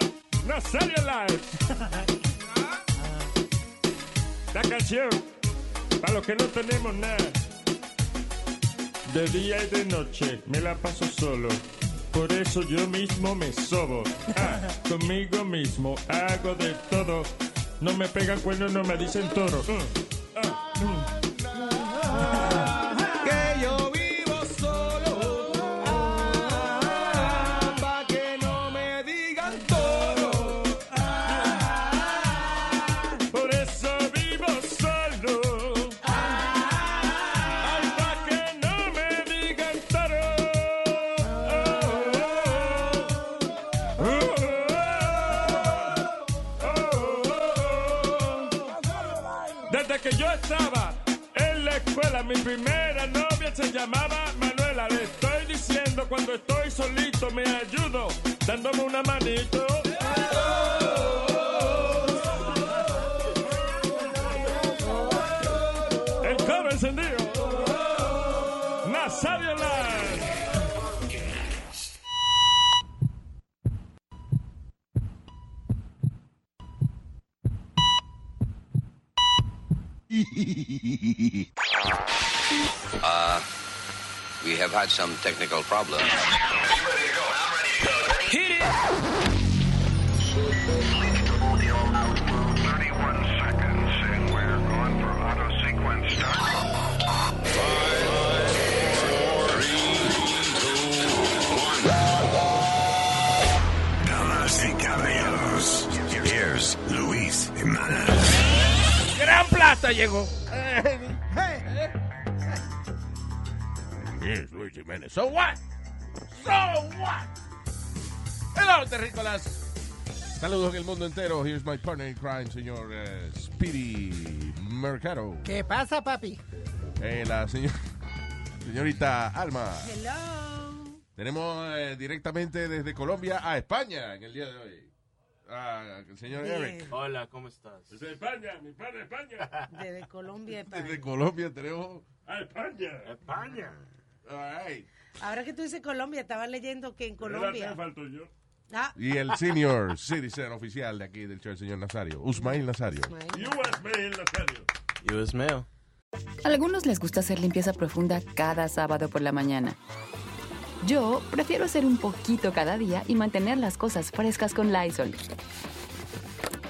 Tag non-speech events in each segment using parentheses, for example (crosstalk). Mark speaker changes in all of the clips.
Speaker 1: Just sell your life. La canción para los que no tenemos nada. De día y de noche me la paso solo. Por eso yo mismo me sobo. Ah, conmigo mismo hago de todo. No me pegan cuernos, no me dicen toro. Mm, ah, mm.
Speaker 2: Que yo vivo solo. Pa' que no me digan todo.
Speaker 1: Por eso vivo solo. Ay, pa' que no me digan toro. Oh, oh, oh, oh. Desde que yo estaba en la escuela, mi primera novia se llamaba Manuela. Le estoy diciendo cuando estoy solito, me ayudo dándome una manito. El cable encendido. Nazario Live.
Speaker 3: We have had some technical problems.
Speaker 4: Damas y caballeros, here's Luis Jimenez.
Speaker 5: Gran plata llegó. Here's Luis Jimenez. So what? So what? Hello, terrícolas. Saludos en el mundo entero. Here's my partner in crime, señor eh, Speedy Mercado.
Speaker 6: ¿Qué pasa, papi?
Speaker 5: Eh, la señor- señorita Alma.
Speaker 7: Hello.
Speaker 5: Tenemos eh, directamente desde Colombia a España en el día de hoy. Ah, el señor Eric.
Speaker 8: Hola, ¿cómo estás?
Speaker 1: Desde España, mi padre
Speaker 7: (laughs)
Speaker 1: España.
Speaker 7: Desde Colombia.
Speaker 5: Desde
Speaker 7: España.
Speaker 5: Colombia tenemos.
Speaker 1: A España.
Speaker 8: España.
Speaker 5: All right.
Speaker 7: Ahora que tú dices Colombia, estaba leyendo que en
Speaker 1: Era
Speaker 7: Colombia.
Speaker 1: que faltó yo.
Speaker 7: Ah,
Speaker 5: Y el senior (laughs) citizen oficial de aquí del show, el señor Nazario. Usmail Nazario. (laughs)
Speaker 1: USB en la serio.
Speaker 8: US Mail.
Speaker 9: Algunos les gusta hacer limpieza profunda cada sábado por la mañana. Yo prefiero hacer un poquito cada día y mantener las cosas frescas con Lysol.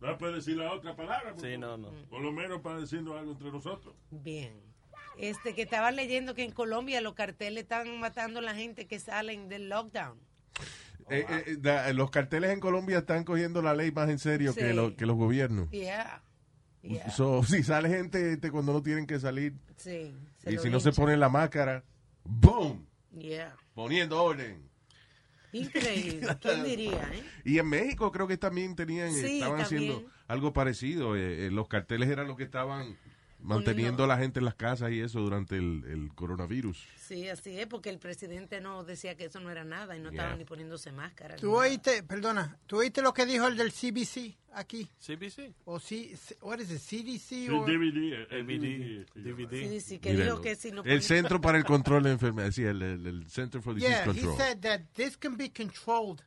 Speaker 1: No puede decir la otra palabra. por
Speaker 8: Sí,
Speaker 1: favor.
Speaker 8: no, no.
Speaker 1: Por lo menos para decirnos algo entre nosotros.
Speaker 7: Bien. Este, que estaba leyendo que en Colombia los carteles están matando a la gente que salen del lockdown. Oh,
Speaker 5: Eh, eh, da- eh, los carteles en Colombia están cogiendo la ley más en serio
Speaker 7: Sí.
Speaker 5: que, lo- que los gobiernos.
Speaker 7: Yeah. Yeah.
Speaker 5: So, (laughs) si sale gente este, cuando no tienen que salir
Speaker 7: Sí.
Speaker 5: y
Speaker 7: lo
Speaker 5: si no se
Speaker 7: hinchan.
Speaker 5: ponen la máscara, ¡boom!
Speaker 7: Yeah.
Speaker 5: Poniendo orden. (laughs)
Speaker 7: Increíble. ¿Quién diría, eh?
Speaker 5: Y en México creo que también tenían,
Speaker 7: Sí,
Speaker 5: estaban
Speaker 7: también.
Speaker 5: haciendo algo parecido. Eh, eh, los carteles eran los que estaban manteniendo a la gente en las casas y eso durante el, el coronavirus.
Speaker 7: Sí, así es, porque el presidente no decía que eso no era nada y no
Speaker 5: Yeah.
Speaker 7: estaban ni poniéndose máscara. ni
Speaker 6: Tú
Speaker 7: nada.
Speaker 6: oíste, perdona, tú oíste lo que dijo el del CBC aquí.
Speaker 8: CBC.
Speaker 6: O C, what is it, CDC?
Speaker 1: El
Speaker 6: or-
Speaker 1: DVD. eh, el
Speaker 8: DVD.
Speaker 1: se llama.
Speaker 7: Sí,
Speaker 8: DVD.
Speaker 7: sí, que
Speaker 5: Mira,
Speaker 7: dijo que si no
Speaker 5: El
Speaker 7: ponían-
Speaker 5: Centro para
Speaker 7: (laughs)
Speaker 5: el Control de Enfermedades, sí, el, el- el Center for Disease
Speaker 6: Yeah, he
Speaker 5: Control.
Speaker 6: said that this can be controlled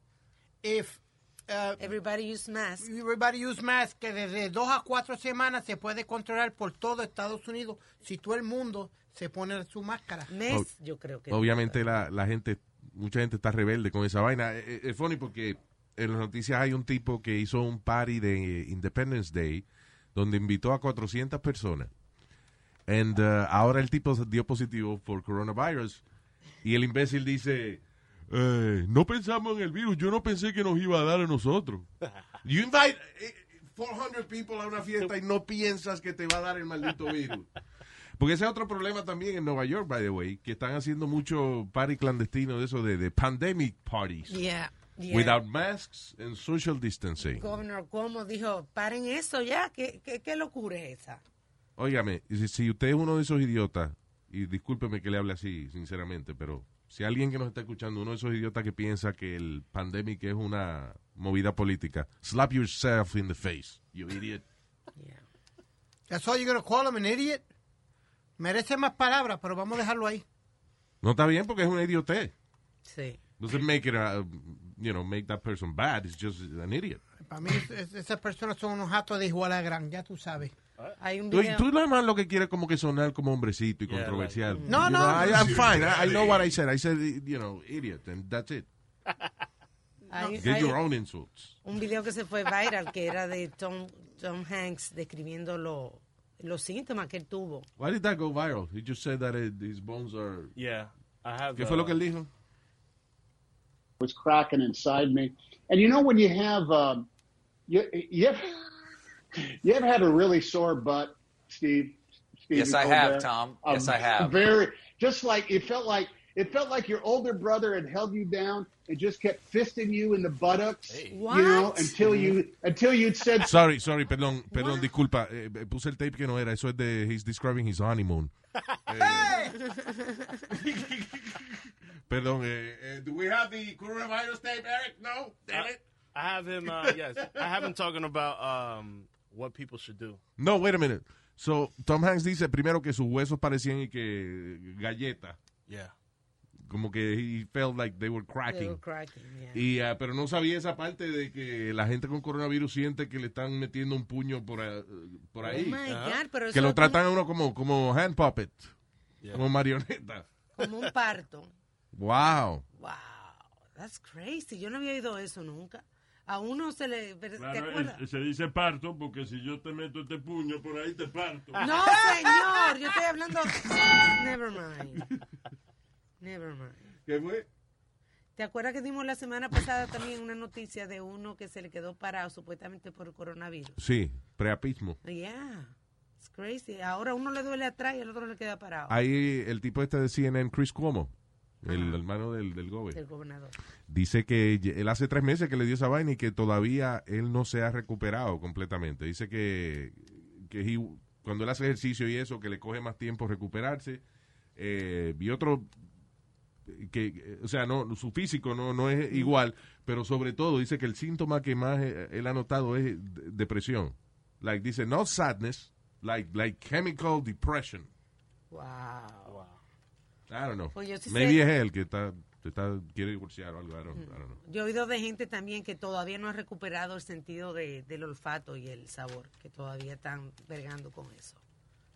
Speaker 6: if uh,
Speaker 7: Everybody use mask.
Speaker 6: everybody use mask, que desde dos a cuatro semanas se puede controlar por todo Estados Unidos si todo el mundo se pone su máscara.
Speaker 7: Mes,
Speaker 5: Ob-
Speaker 7: yo creo que.
Speaker 5: Obviamente la, la gente, mucha gente está rebelde con esa vaina. Eh, eh, Es, funny porque en las noticias hay un tipo que hizo un party de Independence Day donde invitó a 400 personas. And uh, ahora el tipo dio positivo por coronavirus y el imbécil dice, eh, no pensamos en el virus, yo no pensé que nos iba a dar a nosotros. (laughs) You invite eh, 400 people a una fiesta y no piensas que te va a dar el maldito virus. Porque ese es otro problema también en Nueva York, by the way, que están haciendo mucho party clandestino de eso, de, de pandemic parties.
Speaker 7: Yeah. Yeah.
Speaker 5: without masks and social distancing.
Speaker 7: Governor Cuomo dijo, paren eso ya, ¿qué, qué, qué locura es esa?
Speaker 5: Óigame, si, si usted es uno de esos idiotas, y discúlpeme que le hable así, sinceramente, pero si alguien que nos está escuchando, uno de esos idiotas que piensa que el pandemic es una movida política, slap yourself in the face, you idiot.
Speaker 6: That's all you're gonna call him an idiot. Merece más palabras, pero vamos a dejarlo ahí.
Speaker 5: No está bien porque es una idiotez.
Speaker 7: Sí.
Speaker 5: Doesn't make it, a, you know, make that person bad. It's just an idiot.
Speaker 6: Para mí, es- es- esas personas son unos jatos de igual a gran, ya tú sabes.
Speaker 7: Hay un
Speaker 5: Tú,
Speaker 7: video.
Speaker 5: tú nada más lo que quieres como que sonar como hombrecito y
Speaker 8: Yeah,
Speaker 5: controversial.
Speaker 6: No,
Speaker 5: You
Speaker 6: no.
Speaker 5: know, I, I'm fine. I, I know what I said. I said, you know, idiot, and that's it.
Speaker 7: hay-
Speaker 5: Get
Speaker 7: hay
Speaker 5: your own insults.
Speaker 7: un video que se fue viral que era de Tom, Tom Hanks describiendo lo- los síntomas que él tuvo.
Speaker 5: Why did that go viral? He just said that it- his bones are...
Speaker 8: Yeah, I have. uh,
Speaker 5: ¿Qué fue lo que él dijo?
Speaker 10: was cracking inside me. And you know when you have um, you you ever, you ever had a really sore butt, Steve? Steve
Speaker 3: Yes,
Speaker 10: you
Speaker 3: I
Speaker 10: told
Speaker 3: have,
Speaker 10: that?
Speaker 3: Tom.
Speaker 11: Um,
Speaker 10: A
Speaker 3: Yes, I have.
Speaker 10: Very just like it felt like it felt like your older brother had held you down and just kept fisting you in the buttocks, you know,
Speaker 7: What?
Speaker 10: until you until you'd said
Speaker 5: eh, Sorry, sorry, perdón, perdón, disculpa. Eh, eh, puse el tape que no era. Eso es de He's Describing His
Speaker 7: (laughs)
Speaker 5: Honeymoon. Eh, (laughs) perdón, eh, eh, do we have the coronavirus tape, Eric? No, damn it.
Speaker 8: I have him. Uh, yes, I have him talking about um, what people should do.
Speaker 5: No, wait a minute. So, Tom Hanks dice primero que sus huesos parecían y que galleta.
Speaker 8: Yeah.
Speaker 5: Como que he felt like they were
Speaker 7: They
Speaker 5: cracking.
Speaker 7: were cracking, yeah.
Speaker 5: Y, ah, pero no sabía esa parte de que la gente con coronavirus siente que le están metiendo un puño por, ah, por
Speaker 7: Oh
Speaker 5: ahí. ah,
Speaker 7: my God, pero
Speaker 5: que
Speaker 7: eso
Speaker 5: lo
Speaker 7: es
Speaker 5: tratan a uno como, como hand puppet, como marioneta.
Speaker 7: como, como un parto.
Speaker 5: Wow.
Speaker 7: Wow, that's crazy. Yo no había oído eso nunca. A uno se le... ¿Te
Speaker 1: Claro,
Speaker 7: acuerdas?
Speaker 1: es- se dice parto porque si yo te meto este puño por ahí te parto.
Speaker 7: No, señor, yo estoy hablando. Never mind. Never mind.
Speaker 5: ¿Qué fue?
Speaker 7: ¿Te acuerdas que dimos la semana pasada también una noticia de uno que se le quedó parado supuestamente por coronavirus?
Speaker 5: Sí, preapismo.
Speaker 7: Yeah, it's crazy. Ahora uno le duele atrás y al otro le queda parado.
Speaker 5: Ahí el tipo este de CNN, Chris Cuomo, el
Speaker 7: Ah.
Speaker 5: hermano del, del
Speaker 7: El
Speaker 5: Gobe,
Speaker 7: gobernador.
Speaker 5: dice que ye- él hace tres meses que le dio esa vaina y que todavía él no se ha recuperado completamente. Dice que, que he- cuando él hace ejercicio y eso, que le coge más tiempo recuperarse. Eh, y otro que o sea no su físico no no es
Speaker 7: Mm.
Speaker 5: igual pero sobre todo dice que el síntoma que más eh, él ha notado es de- depresión like dice no sadness like like chemical depression
Speaker 7: Wow.
Speaker 5: I don't know.
Speaker 7: Pues yo sí
Speaker 5: Maybe
Speaker 7: sé.
Speaker 5: es él que está, que está quiere divorciar o algo. I don't, I don't know.
Speaker 7: Yo he oído de gente también que todavía no ha recuperado el sentido de- del olfato y el sabor, que todavía están vergando con eso,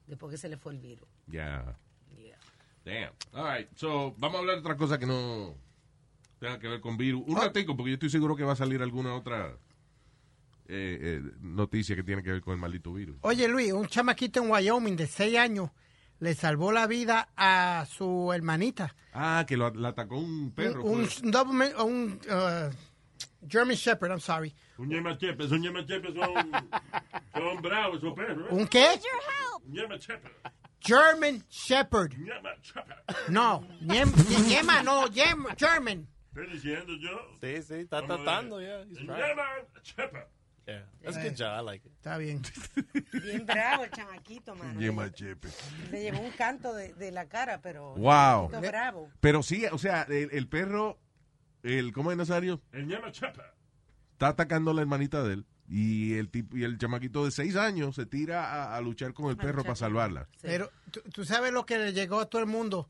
Speaker 7: después que se le fue el virus.
Speaker 5: Yeah.
Speaker 7: Yeah.
Speaker 5: Damn. All right. So, vamos a hablar de otra cosa que no tenga que ver con virus. Un ratico, porque yo estoy seguro que va a salir alguna otra eh, eh, noticia que tiene que ver con el maldito virus.
Speaker 6: Oye, Luis, un chamaquito en Wyoming de 6 años le salvó la vida a su hermanita.
Speaker 5: Ah, que lo, la atacó un perro. pues.
Speaker 6: un,
Speaker 5: fue.
Speaker 6: un Doberman- un, uh, German Shepherd, I'm sorry.
Speaker 1: Un yemachepe, esos yemachepes son, son bravos esos perros. ¿eh?
Speaker 6: ¿Un qué?
Speaker 1: Un yemachepe,
Speaker 6: German Shepherd.
Speaker 1: un yemachepe.
Speaker 6: No, yem- yema, no, yem, German.
Speaker 1: Estoy diciendo yo.
Speaker 8: Sí, sí, está
Speaker 1: Vamos a ver.
Speaker 8: tratando, yeah. He's
Speaker 1: Un
Speaker 8: trying.
Speaker 1: yemachepe.
Speaker 8: Yeah. That's a good job. I like it.
Speaker 6: Está bien.
Speaker 7: Bien bravo el chamaquito, mano.
Speaker 5: Yema
Speaker 7: Le,
Speaker 5: chepe.
Speaker 7: le llevó un canto de, de la cara, pero...
Speaker 5: Wow.
Speaker 7: chamaquito bravo.
Speaker 5: Pero sí, o sea, el, el perro, el, ¿cómo es Nazario?
Speaker 1: El yemachepe.
Speaker 5: Está atacando a la hermanita de él. Y el, tipo, y el chamaquito de seis años se tira a, a luchar con el perro para salvarla.
Speaker 7: Sí.
Speaker 6: Pero tú, tú sabes lo que le llegó a todo el mundo,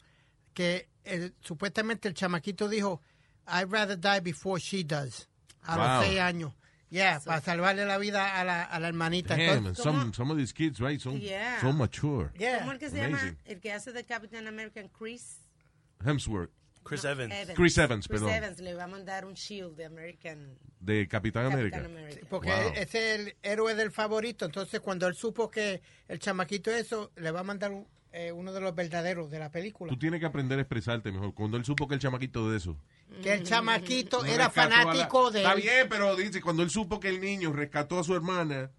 Speaker 6: que el- supuestamente el chamaquito dijo, I'd rather die before she does, a
Speaker 5: Wow.
Speaker 6: los seis años. Yeah, para salvarle la vida a la, a la hermanita.
Speaker 5: Damn,
Speaker 6: Entonces,
Speaker 5: and some, some of these kids, right, so,
Speaker 7: Yeah.
Speaker 5: so mature.
Speaker 6: yeah.
Speaker 7: ¿Cómo el que se llama?
Speaker 5: Amazing.
Speaker 7: El que hace de Captain American, Chris
Speaker 5: Hemsworth,
Speaker 8: Chris Evans.
Speaker 7: Evans.
Speaker 5: Chris Evans,
Speaker 7: Chris
Speaker 5: perdón.
Speaker 7: Evans le va a mandar un shield de American...
Speaker 5: de Capitán América.
Speaker 7: Captain America.
Speaker 6: Porque
Speaker 5: Wow.
Speaker 6: es el héroe del favorito. Entonces, cuando él supo que el chamaquito eso, le va a mandar un- eh, uno de los verdaderos de la película.
Speaker 5: Tú tienes que aprender a expresarte mejor. Cuando él supo que el chamaquito de eso.
Speaker 6: Que el chamaquito
Speaker 5: No
Speaker 6: era
Speaker 5: rescató a la-
Speaker 6: fanático de
Speaker 5: Está
Speaker 6: él.
Speaker 5: bien, pero dice, cuando él supo que el niño rescató a su hermana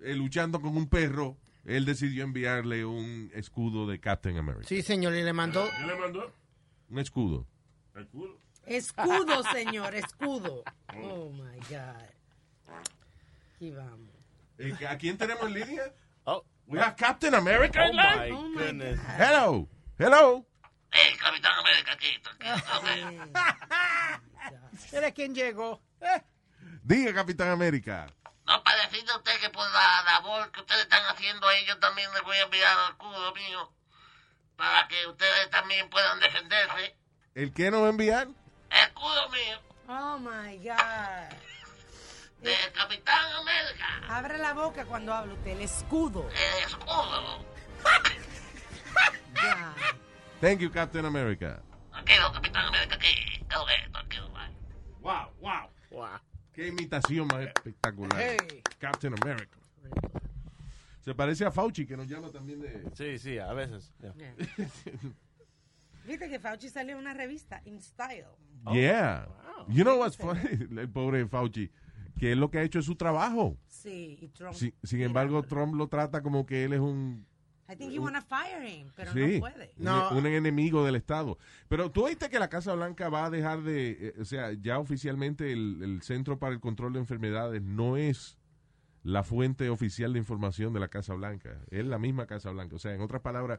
Speaker 5: eh, luchando con un perro, él decidió enviarle un escudo de Captain America.
Speaker 6: Sí, señor, y le mandó
Speaker 1: ¿Quién le mandó?
Speaker 6: (laughs)
Speaker 5: Un escudo.
Speaker 1: El culo.
Speaker 7: Escudo, señor, escudo.
Speaker 5: Mm.
Speaker 7: Oh my God. Aquí vamos.
Speaker 5: Eh, ¿A quién tenemos en línea?
Speaker 8: Oh,
Speaker 5: We have Captain America
Speaker 8: oh
Speaker 5: in line.
Speaker 8: my
Speaker 7: Oh my
Speaker 8: goodness.
Speaker 5: Hello. Hello.
Speaker 6: Mira quién llegó.
Speaker 5: Diga, Capitán América.
Speaker 12: No, para decirle a usted que por la labor que ustedes están haciendo ahí, yo también les voy a enviar al cubo mío para que ustedes también puedan defenderse.
Speaker 5: ¿El qué nos va a enviar?
Speaker 12: El cubo mío
Speaker 7: Oh my God.
Speaker 12: del Capitán América,
Speaker 7: Abra la boca cuando hablo usted. El escudo.
Speaker 12: el escudo.
Speaker 7: (laughs) Ya.
Speaker 5: Thank you, Captain America.
Speaker 12: Tranquilo, Capitán América, aquí. Tranquilo, tranquilo, bye.
Speaker 5: Wow, wow.
Speaker 8: Wow.
Speaker 5: Qué imitación más espectacular.
Speaker 6: Hey.
Speaker 5: Captain America. Se parece a Fauci, que nos llama también de...
Speaker 8: Sí, sí, a veces. yeah.
Speaker 7: Ya. Viste que Fauci salió en una revista, In Style.
Speaker 5: yeah. You know what's funny? (laughs) El pobre Fauci. Que él lo que ha hecho es su trabajo.
Speaker 7: Sí, y Trump.
Speaker 5: Sin, sin embargo, Trump lo trata como que él es un
Speaker 7: I think you wanna fire him, pero
Speaker 5: Sí.
Speaker 7: no puede.
Speaker 5: Un-
Speaker 6: No.
Speaker 5: Un, enemigo del Estado. Pero tú oíste que la Casa Blanca va a dejar de, eh, o sea, ya oficialmente el, el Centro para el Control de Enfermedades no es la fuente oficial de información de la Casa Blanca. Es la misma Casa Blanca. O sea, en otras palabras,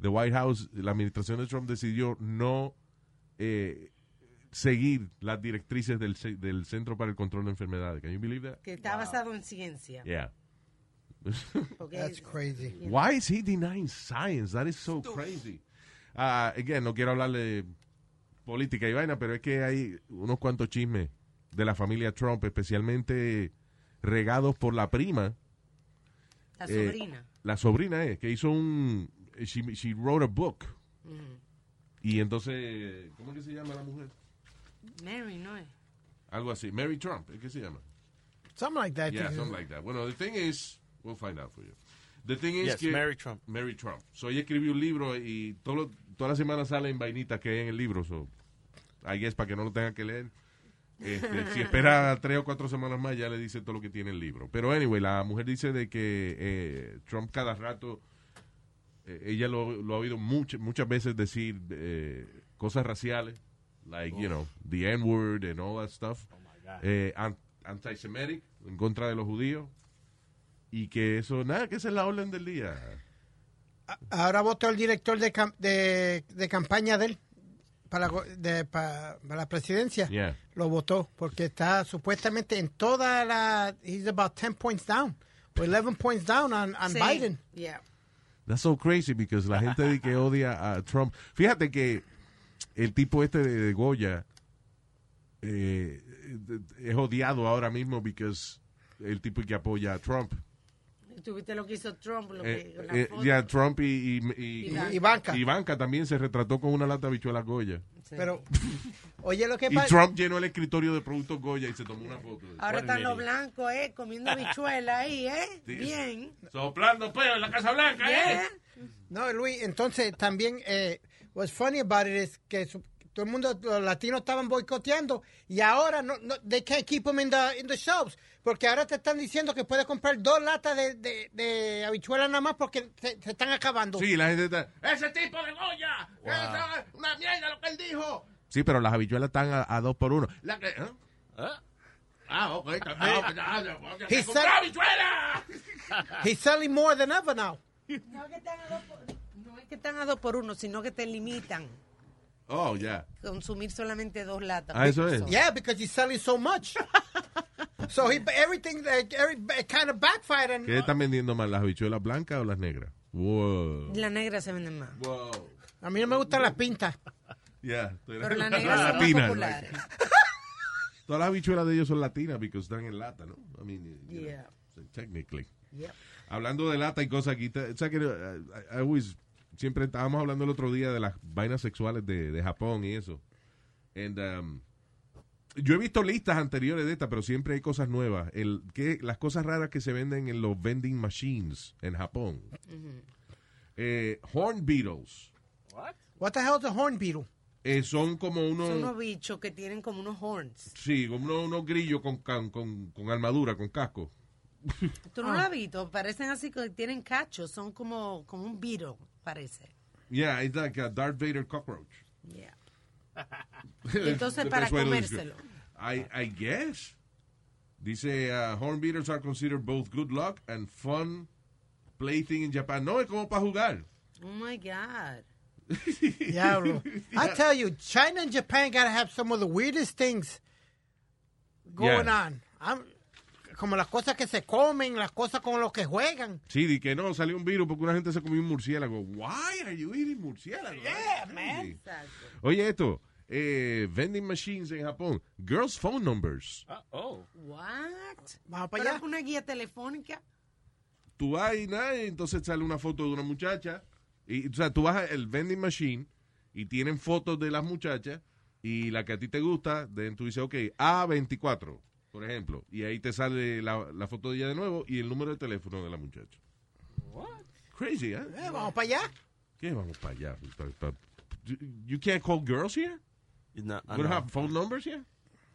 Speaker 5: The White House, la administración de Trump decidió no eh, seguir las directrices del, ce- del Centro para el Control de Enfermedades. Can you believe that?
Speaker 7: Que está basado en ciencia.
Speaker 5: Yeah.
Speaker 7: Porque
Speaker 6: That's
Speaker 7: es-
Speaker 6: crazy.
Speaker 5: Why is he denying science? That is so crazy. Ah, again, no quiero hablarle de política y vaina, pero es que hay unos cuantos chismes de la familia Trump, especialmente regados por la prima,
Speaker 7: la
Speaker 5: eh,
Speaker 7: sobrina.
Speaker 5: la sobrina es, que hizo un... eh, She, she wrote a book.
Speaker 8: Mm-hmm.
Speaker 5: Y entonces, ¿cómo es que se llama la mujer?
Speaker 7: Mary, ¿no es?
Speaker 5: Algo así. Mary Trump, ¿es que se llama?
Speaker 6: Something like that.
Speaker 5: Yeah,
Speaker 6: Jesus.
Speaker 5: something like that. Bueno, the thing is, we'll find out for you. The thing is
Speaker 8: Yes,
Speaker 5: que-
Speaker 8: Mary Trump.
Speaker 5: Mary Trump. So ella escribió un libro y todo lo- todas las semanas salen vainitas que hay en el libro. So, ahí es para que no lo tengan que leer. Este, si espera tres o cuatro semanas más, ya le dice todo lo que tiene el libro. Pero anyway, la mujer dice de que eh, Trump cada rato, eh, ella lo, lo ha oído muchas muchas veces decir eh, cosas raciales, like, you know, the N-word and all that stuff. Eh, an- antisemitic, en contra de los judíos. Y que eso, nada, que esa es la orden del día.
Speaker 6: A- Ahora votó el director de, cam- de, de campaña de él para, la go- de- pa- para la presidencia.
Speaker 5: Yeah.
Speaker 6: Lo votó porque está supuestamente en toda la. He's about 10 points down. O 11 points down on, on
Speaker 7: Sí.
Speaker 6: Biden.
Speaker 7: Yeah.
Speaker 5: That's so crazy because la gente de que odia a Trump. Fíjate que el tipo este de, de Goya eh, es odiado ahora mismo because el tipo que apoya a Trump.
Speaker 7: Tuviste lo que hizo Trump, lo que.
Speaker 5: Eh,
Speaker 7: la
Speaker 5: eh,
Speaker 7: foto.
Speaker 5: ya Trump y, y- y-
Speaker 7: Y Banca.
Speaker 6: Y Banca.
Speaker 5: y Banca también se retrató con una lata de bichuelas Goya.
Speaker 7: Sí.
Speaker 6: Pero, (laughs) oye, lo que
Speaker 5: Y
Speaker 6: pasa.
Speaker 5: Trump llenó el escritorio de productos Goya y se tomó una foto.
Speaker 7: Ahora
Speaker 8: What an
Speaker 7: están los
Speaker 8: idiot.
Speaker 7: blancos, ¿eh? Comiendo bichuela ahí, ¿eh?
Speaker 5: Sí.
Speaker 7: Bien.
Speaker 5: Soplando peo en la Casa Blanca, ¿eh?
Speaker 7: Bien.
Speaker 6: No, Luis, entonces también. Eh, what's funny about it is que su- todo el mundo, los latinos estaban boicoteando y ahora no, no they can't keep them in the, in the shops. Porque ahora te están diciendo que puedes comprar dos latas de, de, de habichuelas nada más porque se, se están acabando.
Speaker 5: Sí, la gente está. ¡Ese tipo de Goya! esa- ¡Una mierda lo que él dijo! Sí, pero las habichuelas están a, a dos por uno. La que- ¿eh?
Speaker 8: Ah.
Speaker 5: Ah, ok. también. Ah, ah, ah,
Speaker 6: He
Speaker 5: ¡compró
Speaker 6: said-
Speaker 5: habichuela!
Speaker 6: (laughs) He's selling more than ever now.
Speaker 7: No, que están a dos por- no es que están a dos por uno, sino que te limitan.
Speaker 5: Oh, ya.
Speaker 7: Consumir solamente dos latas.
Speaker 5: Ah,
Speaker 7: por
Speaker 5: eso es.
Speaker 7: persona.
Speaker 6: Yeah, because he's selling so
Speaker 5: (laughs)
Speaker 6: much. so he everything like, every it kind of backfired and
Speaker 5: ¿Qué están vendiendo más, las habichuelas blancas o las negras? Wow.
Speaker 7: Las negras se venden más.
Speaker 5: Wow.
Speaker 6: a mí no me gustan las pintas.
Speaker 5: Ya.
Speaker 7: Pero
Speaker 5: (laughs)
Speaker 7: las negras son más
Speaker 5: Latinas,
Speaker 7: populares.
Speaker 5: like. Todas las habichuelas de ellos son latinas porque están en lata, ¿no? I mean, you know,
Speaker 7: Yeah.
Speaker 5: so technically.
Speaker 7: Yep.
Speaker 5: Hablando de lata y cosas aquí, te- o sea que eh, I- I always- siempre estábamos hablando el otro día de las vainas sexuales de, de Japón y eso. And, um, yo he visto listas anteriores de esta, pero siempre hay cosas nuevas. El, que, las cosas raras que se venden en los vending machines en Japón.
Speaker 7: Mm-hmm.
Speaker 5: Eh, horn beetles.
Speaker 8: What?
Speaker 6: What the hell is a horn beetle?
Speaker 5: Eh, son como unos...
Speaker 7: Son unos bichos que tienen como unos horns.
Speaker 5: Sí, como unos, unos grillos con, can- con, con armadura, con casco.
Speaker 7: ¿Tú no lo has visto? Parecen así que tienen cachos. Son como, como un beetle, parece.
Speaker 5: Yeah, it's like a Darth Vader cockroach.
Speaker 7: Yeah. Entonces, para
Speaker 5: Consuelo dice,
Speaker 7: comérselo.
Speaker 5: I, I guess. Dice, uh, horn beaters are considered both good luck and fun plaything in Japan. No, es como para jugar.
Speaker 7: Oh my God.
Speaker 5: (laughs)
Speaker 6: Diablo. I tell you, China and Japan gotta have some of the weirdest things going
Speaker 5: Yeah.
Speaker 6: on. I'm- como las cosas que se comen, las cosas con lo que juegan.
Speaker 5: Sí, di que no, salió un virus porque una gente se comió un murciélago. Why are you eating murciélago? Yeah, man. Oye, esto. eh, vending machines en Japón. Girls' phone numbers.
Speaker 7: oh. What? Vamos
Speaker 6: para allá.
Speaker 7: una guía telefónica.
Speaker 5: Tú vas y nada, y entonces sale una foto de una muchacha. Y, o sea, tú vas al vending machine y tienen fotos de las muchachas y la que a ti te gusta, then tú dices, ok, A24, por ejemplo. Y ahí te sale la, la foto de ella de nuevo y el número de teléfono de la muchacha. Crazy, ¿eh?
Speaker 6: Eh, vamos para allá.
Speaker 5: ¿Qué vamos para allá? Pa- pa- You can't call girls here?
Speaker 8: No,
Speaker 5: You don't have phone numbers here?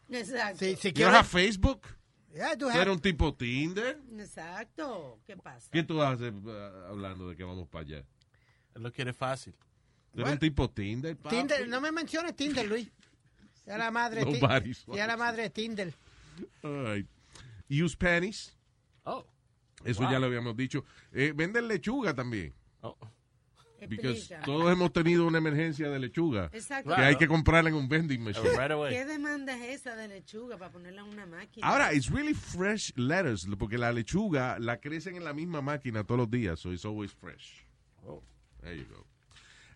Speaker 7: Exacto.
Speaker 6: Si, si
Speaker 5: You don't
Speaker 6: quieres.
Speaker 5: have Facebook?
Speaker 6: Yeah, I do
Speaker 5: ¿Tú
Speaker 6: have-
Speaker 5: eres un tipo Tinder?
Speaker 7: Exacto. ¿Qué pasa?
Speaker 5: ¿Qué tú haces ah, hablando de que vamos para allá?
Speaker 8: Lo quiere fácil.
Speaker 5: ¿Tú eres un tipo Tinder? papi?
Speaker 6: Tinder, no me menciones Tinder, Luis. Ya la madre. de Ti-
Speaker 5: Nobody's
Speaker 6: Ya la madre de Tinder.
Speaker 5: All right. Use panties.
Speaker 8: Oh.
Speaker 5: Eso
Speaker 8: Wow.
Speaker 5: ya lo habíamos dicho. Eh, venden lechuga también.
Speaker 8: Oh.
Speaker 5: Because
Speaker 7: Explica.
Speaker 5: todos hemos tenido una emergencia de lechuga.
Speaker 7: Exacto.
Speaker 5: Que hay que comprarla en un vending machine.
Speaker 7: ¿Qué demanda es esa de lechuga para ponerla en una máquina?
Speaker 5: Ahora, it's really fresh lettuce, porque la lechuga la crecen en la misma máquina todos los días, so it's always fresh.
Speaker 8: Oh.
Speaker 5: There you go.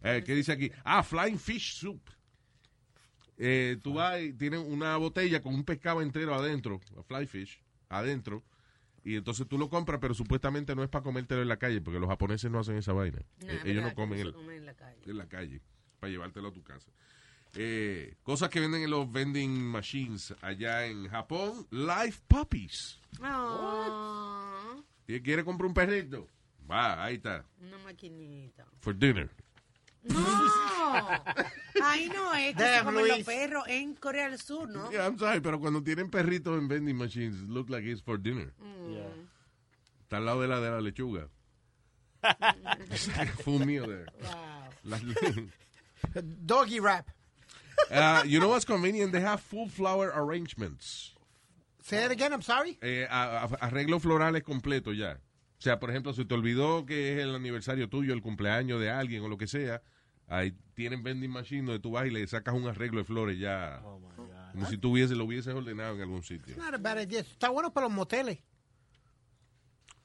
Speaker 5: Eh, ¿Qué dice aquí? Ah, flying fish soup. Eh, tú vas y tienes una botella con un pescado entero adentro, a fly fish, adentro, y entonces tú lo compras, pero supuestamente no es para comértelo en la calle, porque los japoneses no hacen esa vaina. Eh,
Speaker 7: Nah, ¿verdad
Speaker 5: ellos
Speaker 7: que
Speaker 5: no comen
Speaker 7: se
Speaker 5: el-
Speaker 7: come en la calle.
Speaker 5: en la calle para llevártelo a tu casa. Eh, cosas que venden en los vending machines allá en Japón, live puppies.
Speaker 7: Ah,
Speaker 5: ¿Qui- ¿Quiere comprar un perrito? Va, ahí está,
Speaker 7: una maquinita.
Speaker 5: for dinner.
Speaker 7: (laughs) No. Ahí no es que se
Speaker 6: Damn,
Speaker 7: comen los
Speaker 6: Luis.
Speaker 7: perros en Corea del Sur, ¿no?
Speaker 5: Yeah, I'm sorry, pero cuando tienen perritos en vending machines, look like it's for dinner.
Speaker 7: Mm.
Speaker 5: Está al lado de la de la lechuga. Fue un mío de...
Speaker 6: Wow.
Speaker 5: Las-
Speaker 6: Doggy rap.
Speaker 5: (laughs) Ah, you know what's convenient? They have full flower arrangements.
Speaker 6: Say it again, I'm sorry.
Speaker 5: eh, a- a- arreglos florales completos ya. O sea, por ejemplo, si te olvidó que es el aniversario tuyo, el cumpleaños de alguien o lo que sea, ahí tienen vending machine donde tú vas y le sacas un arreglo de flores ya. Como si tú hubiese- lo hubieses ordenado en algún sitio.
Speaker 6: Not a bad idea. Está bueno para los moteles.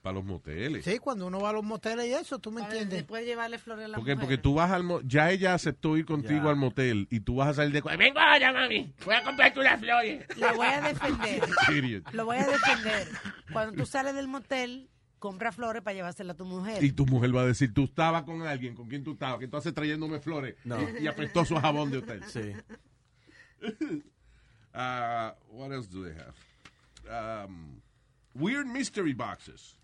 Speaker 5: Para los moteles.
Speaker 6: Sí, cuando uno va a los moteles y eso, tú me entiendes.
Speaker 7: Después llevarle flores a la
Speaker 5: ¿Por qué?
Speaker 7: mujer.
Speaker 5: Porque tú vas al mo- ya ella aceptó ir contigo al motel y tú vas a salir de... cu- Vengo ahora, mami. Voy a comprarte unas flores.
Speaker 7: La voy a defender.
Speaker 5: Period.
Speaker 7: Lo voy a defender. Cuando tú sales del motel, compra flores para llevársela a tu mujer.
Speaker 5: Y tu mujer va a decir, tú estabas con alguien, ¿con quién tú estabas? Que tú haces trayéndome flores
Speaker 8: No.
Speaker 5: y, y apestoso a jabón de hotel. (laughs)
Speaker 8: Sí.
Speaker 5: Uh, what else do they have? Um, weird mystery boxes.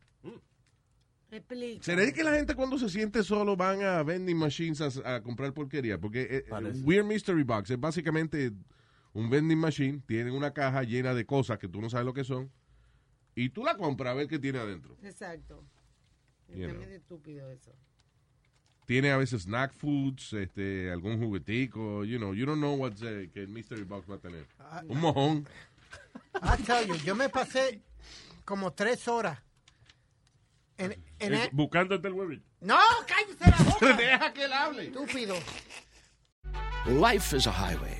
Speaker 7: Explica.
Speaker 5: ¿Será que la gente cuando se siente solo van a vending machines a, a comprar porquería? Porque eh, eh,
Speaker 8: Parece.
Speaker 5: Weird Mystery Box es básicamente un vending machine, tienen una caja llena de cosas que tú no sabes lo que son y tú la compras a ver qué tiene adentro.
Speaker 7: Exacto.
Speaker 5: You
Speaker 7: Está
Speaker 5: know.
Speaker 7: medio estúpido eso.
Speaker 5: Tiene a veces snack foods, este, algún juguetico, you know, you don't know what que el mystery box va a tener. un mojón.
Speaker 6: I tell you, Ah, yo me pasé como tres horas en, en
Speaker 1: Eh, buscándote el huevito.
Speaker 6: No, cállese la boca.
Speaker 5: (laughs) Deja que él hable.
Speaker 6: Estúpido.
Speaker 13: Life is a highway,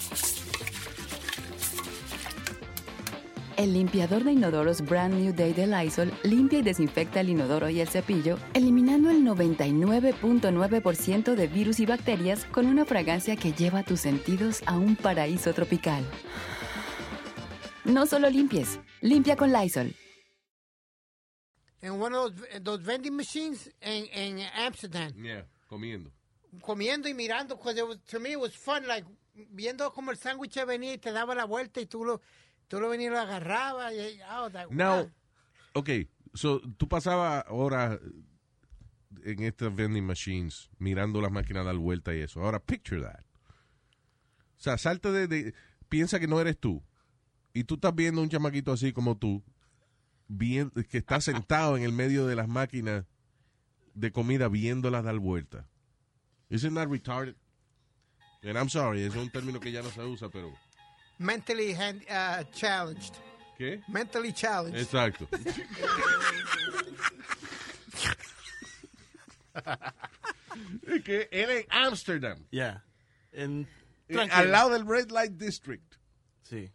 Speaker 9: El limpiador de inodoros Brand New Day de Lysol limpia y desinfecta el inodoro y el cepillo, eliminando el 99.9% de virus y bacterias con una fragancia que lleva tus sentidos a un paraíso tropical. No solo limpies, limpia con Lysol.
Speaker 6: En uno de los, los eh, vending machines en, en Amsterdam,
Speaker 5: Yeah, comiendo.
Speaker 6: comiendo y mirando, because it was, to me it was fun, like, viendo como el sándwich venía y te daba la vuelta y tú lo, tú lo venías y lo agarrabas. Y, I was like,
Speaker 5: Now,
Speaker 6: wow.
Speaker 5: Ok, so, tú pasabas horas en estas vending machines mirando las máquinas dar vuelta y eso. Ahora, picture that. O sea, salte de, de- Piensa que no eres tú. Y tú estás viendo un chamaquito así como tú, bien, que está sentado en el medio de las máquinas de comida viéndolas dar vuelta. Isn't that retarded? And I'm sorry, es un término que ya no se usa, pero...
Speaker 6: Mentally hand- uh, challenged.
Speaker 5: ¿Qué?
Speaker 6: Mentally challenged.
Speaker 5: Exacto. (laughs) Es que era en Amsterdam.
Speaker 8: Yeah. En,
Speaker 5: Eh, al lado del Red Light District.
Speaker 8: Sí.